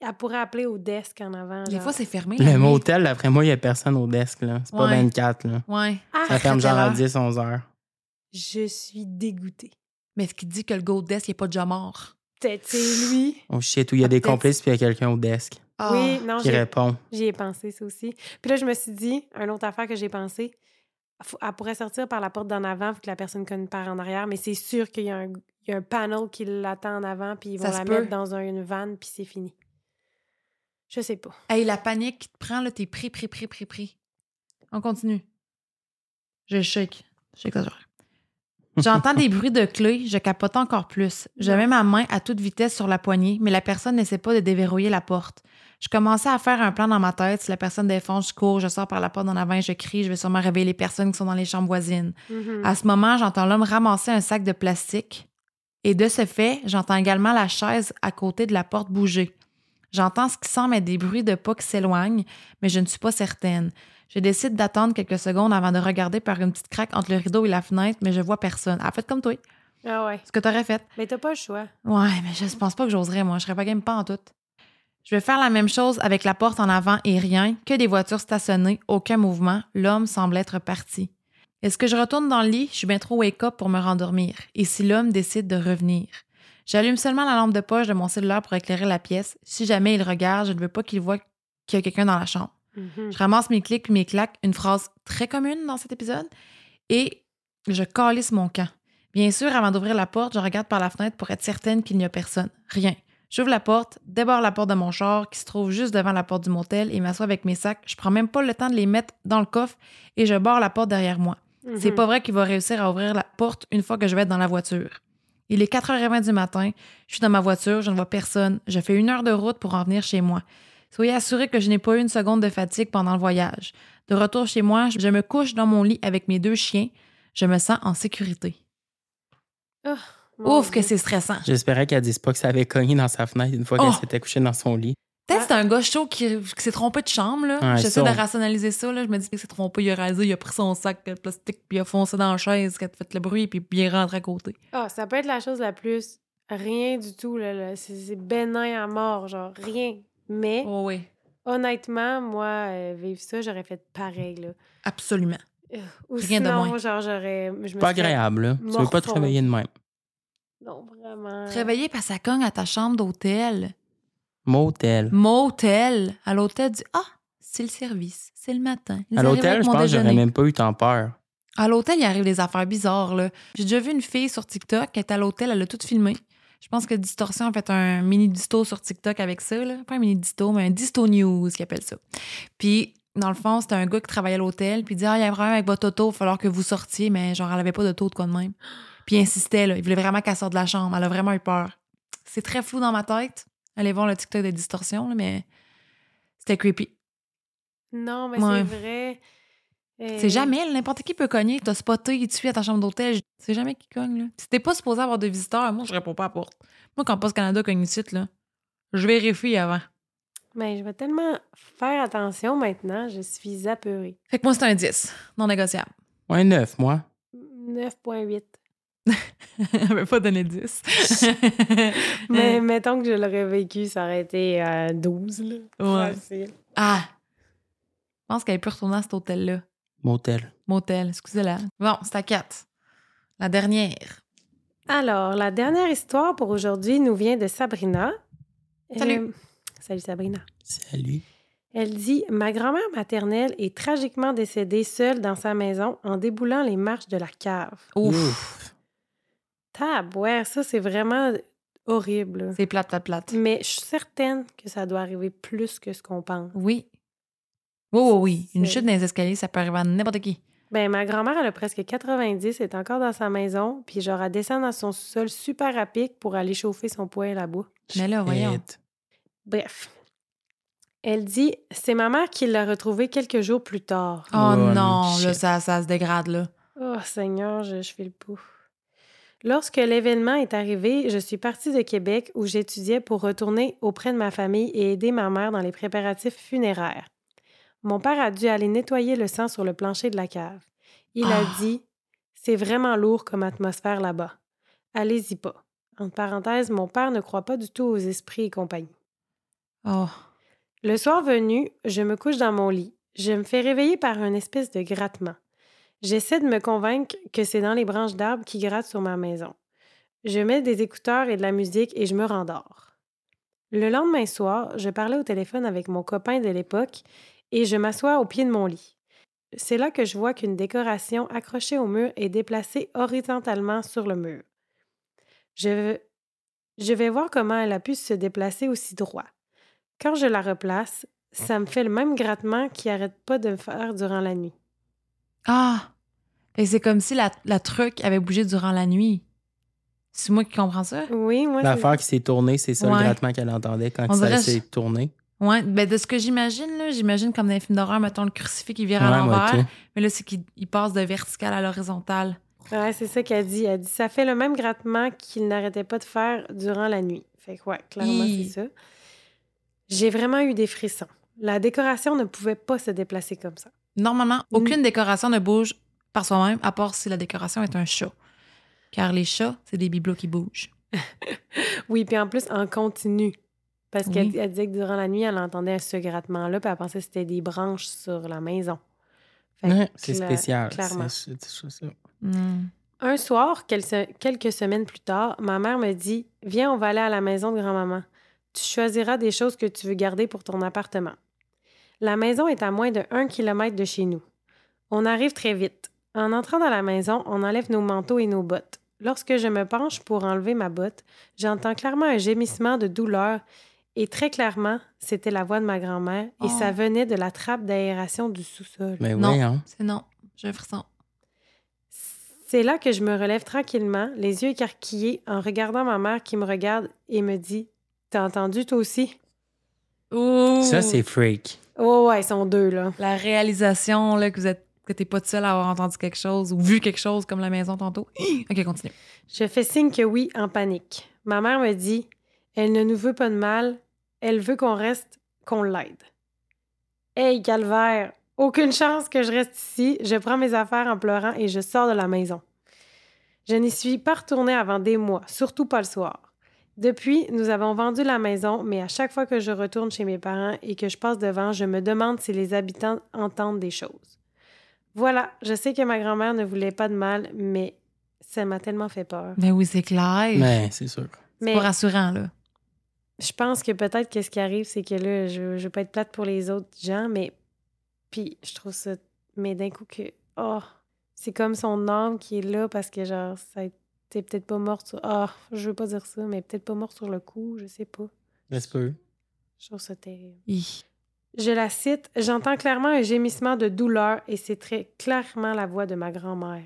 elle pourrait appeler au desk en avant.
Des
genre.
fois, c'est fermé. la
Le
nuit.
motel, après moi, il n'y a personne au desk. là. C'est pas
Ouais.
24. Là.
Ouais.
Ah,
Ça ferme genre à
quelle
10, 11 heures.
je suis dégoûtée.
Mais ce qui dit que le Gold Desk n'est pas déjà mort.
Peut-être c'est lui.
Oh shit, où il y a des
Peut-être.
complices, puis il y a quelqu'un au desk
Ah,
Oui, non,
qui
j'ai-
répond.
j'y ai pensé, ça aussi. Puis là, je me suis dit, une autre affaire que j'ai pensé, faut- elle pourrait sortir par la porte d'en avant, vu que la personne cogne par en arrière, mais c'est sûr qu'il y a un, il y a un panel qui l'attend en avant, puis ils vont
Ça
la
se
mettre
peut.
dans un- une vanne, puis c'est fini. Je sais pas.
Hey, la panique qui te prend, là, t'es pris, pris, pris, pris, pris. On continue. Je shake. J'exagère. J'entends des bruits de clés, je capote encore plus. Je mets ma main à toute vitesse sur la poignée, mais la personne n'essaie pas de déverrouiller la porte. Je commençais à faire un plan dans ma tête. Si la personne défonce, je cours, je sors par la porte en avant et je crie. Je vais sûrement réveiller les personnes qui sont dans les chambres voisines.
Mhm.
À ce moment, j'entends l'homme ramasser un sac de plastique. Et de ce fait, j'entends également la chaise à côté de la porte bouger. J'entends ce qui semble être des bruits de pas qui s'éloignent, mais je ne suis pas certaine. Je décide d'attendre quelques secondes avant de regarder par une petite craque entre le rideau et la fenêtre, mais je vois personne. Ah, faites comme toi.
Ah ouais.
Ce que t'aurais fait.
Mais t'as pas le choix.
Ouais, mais je pense pas que j'oserais, moi. Je serais pas game pas en tout. Je vais faire la même chose avec la porte en avant et rien, que des voitures stationnées, aucun mouvement. L'homme semble être parti. Est-ce que je retourne dans le lit? Je suis bien trop wake-up pour me rendormir. Et si l'homme décide de revenir? J'allume seulement la lampe de poche de mon cellulaire pour éclairer la pièce. Si jamais il regarde, je ne veux pas qu'il voit qu'il y a quelqu'un dans la chambre.
Mm-hmm. Mm.
Je ramasse mes clics puis mes claques, une phrase très commune dans cet épisode, et je calisse mon camp. Bien sûr, avant d'ouvrir la porte, je regarde par la fenêtre pour être certaine qu'il n'y a personne. Rien. J'ouvre la porte, déborde la porte de mon char qui se trouve juste devant la porte du motel et m'assois avec mes sacs. Je prends même pas le temps de les mettre dans le coffre et je barre la porte derrière moi. C'est
Mhm.
pas vrai qu'il va réussir à ouvrir la porte une fois que je vais être dans la voiture. Il est 4h20 du matin, je suis dans ma voiture, je ne vois personne. Je fais une heure de route pour en venir chez moi. Soyez assurés que je n'ai pas eu une seconde de fatigue pendant le voyage. De retour chez moi, je me couche dans mon lit avec mes deux chiens. Je me sens en sécurité.
Mon
Ouf, que
Dieu.
c'est stressant.
J'espérais qu'elle dise pas que ça avait cogné dans sa fenêtre une fois
Oh!
qu'elle s'était couchée dans son lit.
Peut-être que c'est un gars chaud qui, qui s'est trompé de chambre. là.
Ouais,
J'essaie
ça, on-
de rationaliser ça. Là. Je me dis qu'il s'est trompé, il a rasé, il a pris son sac de plastique, puis il a foncé dans la chaise, qu'il a fait le bruit, puis il est rentré à côté.
Ah, ça peut être la chose la plus. Rien du tout, là. là. C'est c'est bénin à mort, genre, rien. Mais
Oh oui,
honnêtement, moi, euh, vivre ça, j'aurais fait pareil, là.
absolument.
Ou
Rien de
sinon,
moins.
genre, j'aurais. je me
Pas
serais-
agréable, là. Tu veux pas te
morfondre.
réveiller de même.
Non, vraiment.
Te réveiller parce que ça cogne à ta chambre d'hôtel.
Motel.
Motel. À l'hôtel du Ah, c'est le service. C'est le matin. Ils
À
arrivent
l'hôtel,
avec
je
mon
pense que j'aurais
déjeuner.
même pas eu tant peur.
À l'hôtel, il arrive des affaires bizarres. là. J'ai déjà vu une fille sur TikTok qui est à l'hôtel, elle a tout filmé. Je pense que Distorsion a fait un mini disto sur TikTok avec ça. là. Pas un mini disto, mais un disto news qui appelle ça. Puis, dans le fond, c'était un gars qui travaillait à l'hôtel. Puis il dit Ah, il y a un problème avec votre auto, il va falloir que vous sortiez. Mais genre, elle avait pas d'auto de quoi de même. Puis il insistait, là. il voulait vraiment qu'elle sorte de la chambre. Elle a vraiment eu peur. C'est très flou dans ma tête. Allez voir le TikTok de Distorsion, là, mais c'était creepy.
Non, mais
Ouais.
c'est vrai. Euh,
C'est jamais, là, n'importe qui peut cogner. T'as spoté, il te suit à ta chambre d'hôtel. C'est jamais qui cogne, là. Si t'es pas supposé avoir de visiteurs, moi, je réponds pas à la porte. Moi, quand Post Canada cogne ici, là, je vérifie avant.
Mais je vais tellement faire attention maintenant, je suis apeurée.
Fait que moi, c'est un 10, non négociable.
Ouais, neuf, moi.
9.8.
Elle veut pas donner 10. Hein.
Mais
Euh,
mettons que je l'aurais vécu, ça aurait été à 12, là.
Ouais.
Facile.
Ah! Je pense qu'elle peut retourner à cet hôtel-là.
Motel.
Motel, excusez-la. Bon, c'est à 4. La dernière.
Alors, la dernière histoire pour aujourd'hui nous vient de Sabrina.
Salut.
Euh, salut Sabrina.
Salut.
Elle dit Ma grand-mère maternelle est tragiquement décédée seule dans sa maison en déboulant les marches de la cave.
Ouf!
Ouf.
Tabouère, ça c'est vraiment horrible.
C'est plate, plate, plate.
Mais je suis certaine que ça doit arriver plus que ce qu'on pense.
Oui. Oui, oui, oui. Une
C'est-
chute dans les escaliers, ça peut arriver à n'importe qui.
Ben, ma grand-mère, elle a presque 90, elle est encore dans sa maison, puis genre, elle descend dans son sol super à pic pour aller chauffer son poêle à bois.
Mais là, Ah, voyons.
Shit.
Bref. Elle dit C'est ma mère qui l'a retrouvée quelques jours plus tard.
Oh
Oh,
non,
shit.
là, ça, ça se dégrade, là.
Oh Seigneur, je, je fais le pouf. Lorsque l'événement est arrivé, je suis partie de Québec où j'étudiais pour retourner auprès de ma famille et aider ma mère dans les préparatifs funéraires. Mon père a dû aller nettoyer le sang sur le plancher de la cave. Il a
Ah.
dit C'est vraiment lourd comme atmosphère là-bas. Allez-y pas. Entre parenthèses, mon père ne croit pas du tout aux esprits et compagnie.
Oh.
Le soir venu, je me couche dans mon lit. Je me fais réveiller par une espèce de grattement. J'essaie de me convaincre que c'est dans les branches d'arbres qui grattent sur ma maison. Je mets des écouteurs et de la musique et je me rendors. Le lendemain soir, je parlais au téléphone avec mon copain de l'époque et je m'assois au pied de mon lit. C'est là que je vois qu'une décoration accrochée au mur est déplacée horizontalement sur le mur. Je, je vais voir comment elle a pu se déplacer aussi droit. Quand je la replace, ça me fait le même grattement qui arrête pas de me faire durant la nuit.
Ah! Fait que c'est comme si la, la truc avait bougé durant la nuit. C'est moi qui comprends ça?
Oui, moi, c'est-
L'affaire qui s'est tournée, c'est ça
Ouais.
le grattement qu'elle entendait quand
On dirait-
ça s'est tourné.
Ouais, ben de ce que j'imagine, là, j'imagine comme dans les films d'horreur, mettons le crucifix qui vire à
Ouais, moi,
l'envers.
ok.
Mais là, c'est qu'il il passe de vertical à l'horizontale.
Ouais, c'est ça qu'elle dit. Elle dit ça fait le même grattement qu'il n'arrêtait pas de faire durant la nuit. Fait que ouais, clairement,
Hi.
c'est ça. J'ai vraiment eu des frissons. La décoration ne pouvait pas se déplacer comme ça.
Normalement,
Mm.
aucune décoration ne bouge par soi-même, à part si la décoration est un chat. Car les chats, c'est des bibelots qui bougent.
Oui, puis en plus, en continu. Parce
Oui.
qu'elle elle disait que durant la nuit, elle entendait ce grattement-là, puis elle pensait que c'était des branches sur la maison. Fait que
Ouais, C'est
cla-
spécial.
clairement.
C'est- c'est- c'est ça.
Mm.
Un soir, quel- quelques semaines plus tard, ma mère me dit Viens, on va aller à la maison de grand-maman. Tu choisiras des choses que tu veux garder pour ton appartement. La maison est à moins de 1 km de chez nous. On arrive très vite. En entrant dans la maison, on enlève nos manteaux et nos bottes. Lorsque je me penche pour enlever ma botte, j'entends clairement un gémissement de douleur et très clairement, c'était la voix de ma grand-mère et
Oh.
ça venait de la trappe d'aération du sous-sol.
Mais
Non.
oui, hein.
C'est non, j'ai un frisson.
C'est là que je me relève tranquillement, les yeux écarquillés, en regardant ma mère qui me regarde et me dit T'as entendu toi aussi
Ouh!
Ça, c'est freak.
Oh, ouais, ils sont deux, là.
La réalisation là, que vous êtes que t'es pas tout seul à avoir entendu quelque chose ou vu quelque chose comme la maison tantôt. ok, continue.
Je fais signe que oui, en panique. Ma mère me dit Elle ne nous veut pas de mal, elle veut qu'on reste, qu'on l'aide. Hey, calvaire Aucune chance que je reste ici, je prends mes affaires en pleurant et je sors de la maison. Je n'y suis pas retournée avant des mois, surtout pas le soir. Depuis, nous avons vendu la maison, mais à chaque fois que je retourne chez mes parents et que je passe devant, je me demande si les habitants entendent des choses. Voilà, je sais que ma grand-mère ne voulait pas de mal, mais Ça m'a tellement fait peur.
Ben oui, c'est clair.
Mais c'est sûr.
C'est
Mais
pas rassurant, là.
je pense que peut-être que ce qui arrive, c'est que là, je, je veux pas être plate pour les autres gens, mais puis je trouve ça. Mais d'un coup que. Oh, c'est comme son âme qui est là parce que genre, ça a été peut-être pas morte sur. Oh, je veux pas dire ça, mais peut-être pas morte sur le coup, je sais pas.
Ça se peut.
Je trouve ça terrible.
Hi.
Je la cite, j'entends clairement un gémissement de douleur et c'est très clairement la voix de ma grand-mère.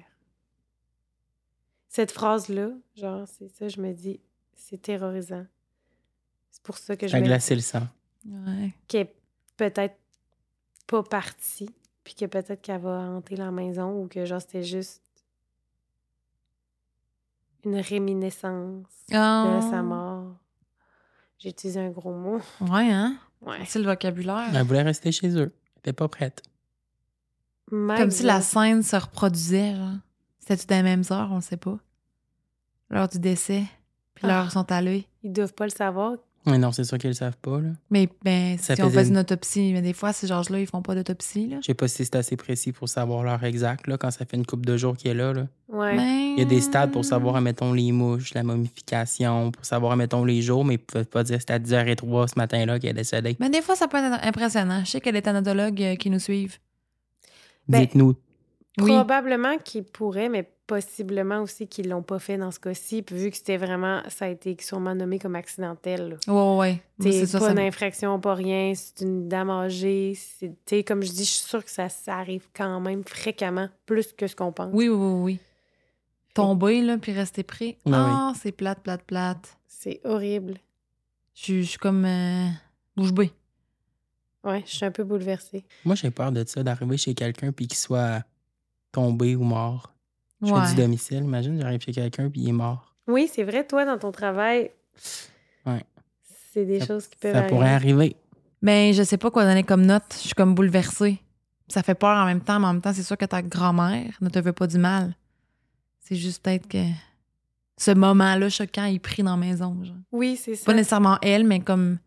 Cette phrase-là, genre, c'est ça, je me dis, c'est terrorisant. C'est pour ça que je
Ça a
me
glacé le sang.
Ouais.
qui est peut-être pas partie, puis que peut-être qu'elle va hanter la maison ou que genre c'était juste une réminiscence de
Ah.
sa mort. J'ai utilisé un gros mot.
Ouais, hein?
Ouais.
C'est le vocabulaire.
Elle voulait rester chez eux. Elle était pas prête.
My
Comme si la
God.
scène se reproduisait, genre. C'était-tu dans les mêmes heures, on le sait pas. L'heure du décès, puis l'heure où
Ah.
ils sont allés.
Ils doivent pas le savoir.
Mais non, c'est sûr qu'ils le savent pas. Là.
Mais ben,
Ça
si on
faisait
fait une
une-
autopsie, mais des fois, ces gens-là, ils font pas d'autopsie, là.
Je sais pas si c'est assez précis pour savoir l'heure exacte là, quand ça fait une coupe de jours qu'il est là. là.
Ouais.
Mais-
Il y a des stades pour savoir, mettons, les mouches, la momification, pour savoir, mettons, les jours, mais ils peuvent pas dire c'était à 10h03 ce matin-là qu'il est décédé.
Mais Ben, des fois, ça peut être impressionnant. Je sais qu'il y a des thanatologues euh, qui nous suivent.
Ben-
Dites-nous.
Oui.
Probablement qu'ils pourraient, mais possiblement aussi qu'ils l'ont pas fait dans ce cas-ci, puis vu que c'était vraiment, ça a été sûrement nommé comme accidentel. là.
Ouais, ouais, ouais. Moi,
C'est
C'est ça,
pas
ça
une
me-
infraction, pas rien. C'est une dame âgée. c'est- t'sais, comme je dis, je suis sûre que ça, ça arrive quand même fréquemment, plus que ce qu'on pense.
Oui, oui, oui, oui. Tomber, là, puis rester pris.
Ouais,
Ah, c'est plate, plate, plate.
C'est horrible.
Je suis- je suis comme euh, bouche bée.
Ouais, je suis un peu bouleversée.
Moi, j'ai peur de ça, d'arriver chez quelqu'un puis qu'il soit tombé ou mort. Je
Ouais.
fais du domicile, imagine, j'arrive chez quelqu'un puis il est mort.
Oui, c'est vrai, toi, dans ton travail,
Ouais.
c'est des
Ça-
choses qui peuvent
Ça pourrait arriver.
Ben, je sais pas quoi donner comme note. Je suis comme bouleversée. Ça fait peur en même temps, mais en même temps, c'est sûr que ta grand-mère ne te veut pas du mal. C'est juste peut-être que ce moment-là choquant est pris dans la maison. genre.
Oui, c'est ça.
Pas nécessairement elle, mais comme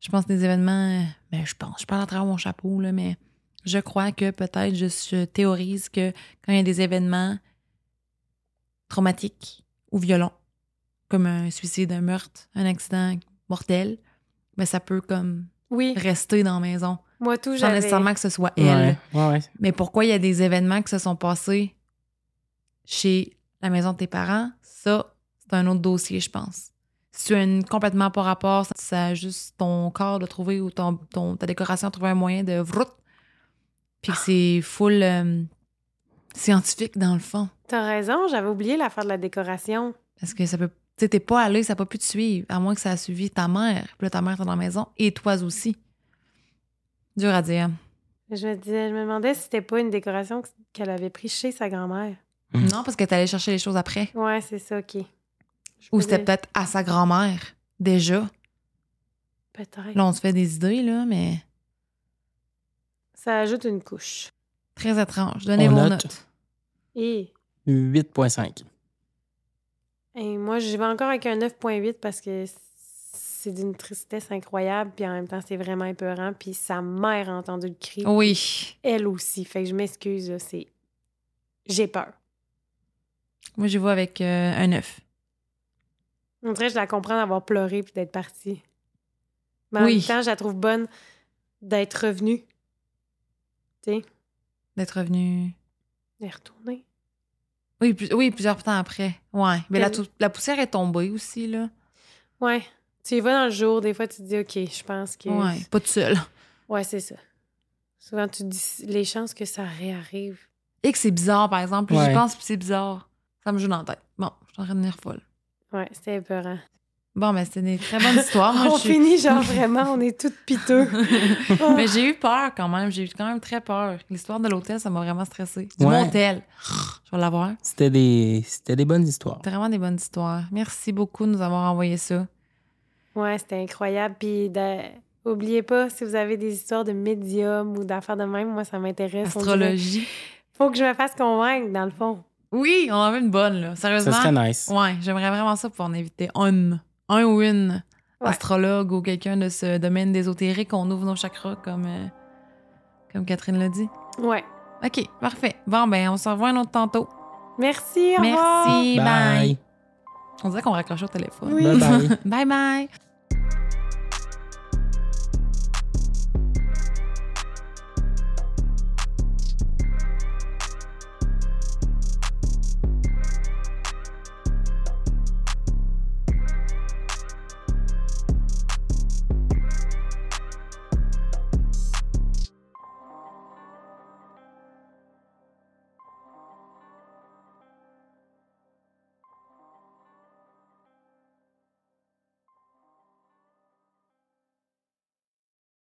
je pense des événements. euh, Ben, je pense, je parle à travers mon chapeau, là, mais je crois que peut-être je, je théorise que quand il y a des événements traumatiques ou violents, comme un suicide, un meurtre, un accident mortel, ben ça peut comme
Oui,
rester dans la maison.
moi, tout,
Sans
j'avais...
nécessairement que ce soit elle.
Ouais, ouais, ouais.
Mais pourquoi il y a des événements qui se sont passés chez la maison de tes parents, ça, c'est un autre dossier, je pense. Si tu as une complètement pas rapport, ça- ça a juste ton corps de trouver ou ton, ton- ta décoration a trouvé un moyen de vrout. Puis que c'est full euh, scientifique dans le fond.
T'as raison, j'avais oublié l'affaire de la décoration.
Parce que ça peut. Tu sais, t'es pas allé, ça peut plus te suivre, à moins que ça a suivi ta mère. Puis là, ta mère est dans la maison et toi aussi. Dur à dire.
Je me, disais, je me demandais si c'était pas une décoration que- qu'elle avait prise chez sa grand-mère.
Mm.
Non, parce que t'allais chercher les choses après.
Ouais, c'est ça, OK. Je
Ou
me
c'était
dis-
peut-être à sa grand-mère, déjà.
Peut-être.
Là, on se fait des idées, là, mais
Ça ajoute une couche.
très étrange. Donnez
On
vos
note.
notes.
Et...
8.5.
Et moi, je vais encore avec un 9.8 parce que c'est d'une tristesse incroyable, puis en même temps, c'est vraiment épeurant. Puis sa mère a entendu le cri,
Oh. Oui.
elle aussi. Fait que je m'excuse, là, c'est... J'ai peur.
Moi, j'y vais avec euh, un 9.
On dirait que je la comprends d'avoir pleuré puis d'être partie. Mais en
Oui.
même temps, je la trouve bonne d'être revenue.
D'être revenu.
Elle est retournée.
Oui, plus- oui, plusieurs temps après. Ouais. Mais la,
Quel-
tou- la poussière est tombée aussi, là.
Ouais. Tu y vas dans le jour, des fois, tu te dis, OK, je pense que...
Ouais. Pas toute seule.
Ouais, c'est ça. Souvent, tu te dis les chances que ça réarrive.
Et que c'est bizarre, par exemple. J'y
Ouais.
pense, puis c'est bizarre. Ça me joue dans la tête. Bon, je suis en train de devenir folle.
Ouais, c'était épeurant.
Bon, mais c'était des très bonnes histoires. Moi,
on
Ah, je suis-
finit genre vraiment, on est toutes piteux.
mais j'ai eu peur quand même. J'ai eu quand même très peur. L'histoire de l'hôtel, ça m'a vraiment stressée. Du
Ouais.
motel. Je vais l'avoir.
C'était des... c'était des bonnes histoires.
C'était vraiment des bonnes histoires. Merci beaucoup de nous avoir envoyé ça.
Ouais, c'était incroyable. Puis de- oubliez pas, si vous avez des histoires de médium ou d'affaires de même, moi, ça m'intéresse. On dirait-
Astrologie.
Faut que je me fasse convaincre, dans le fond.
Oui, on en veut une bonne, là.
Ça
Sérieusement.
serait nice.
Ouais, j'aimerais vraiment ça pour en éviter un. Un ou une
Ouais.
astrologue ou quelqu'un de ce domaine d'ésotérique. On ouvre nos chakras comme, euh, comme Catherine l'a dit.
Ouais.
OK, parfait. Bon, ben, on se revoit un autre tantôt.
Merci, au revoir.
Merci. Bye.
Bye.
On dirait qu'on raccroche au téléphone.
Oui.
Bye bye.
bye bye.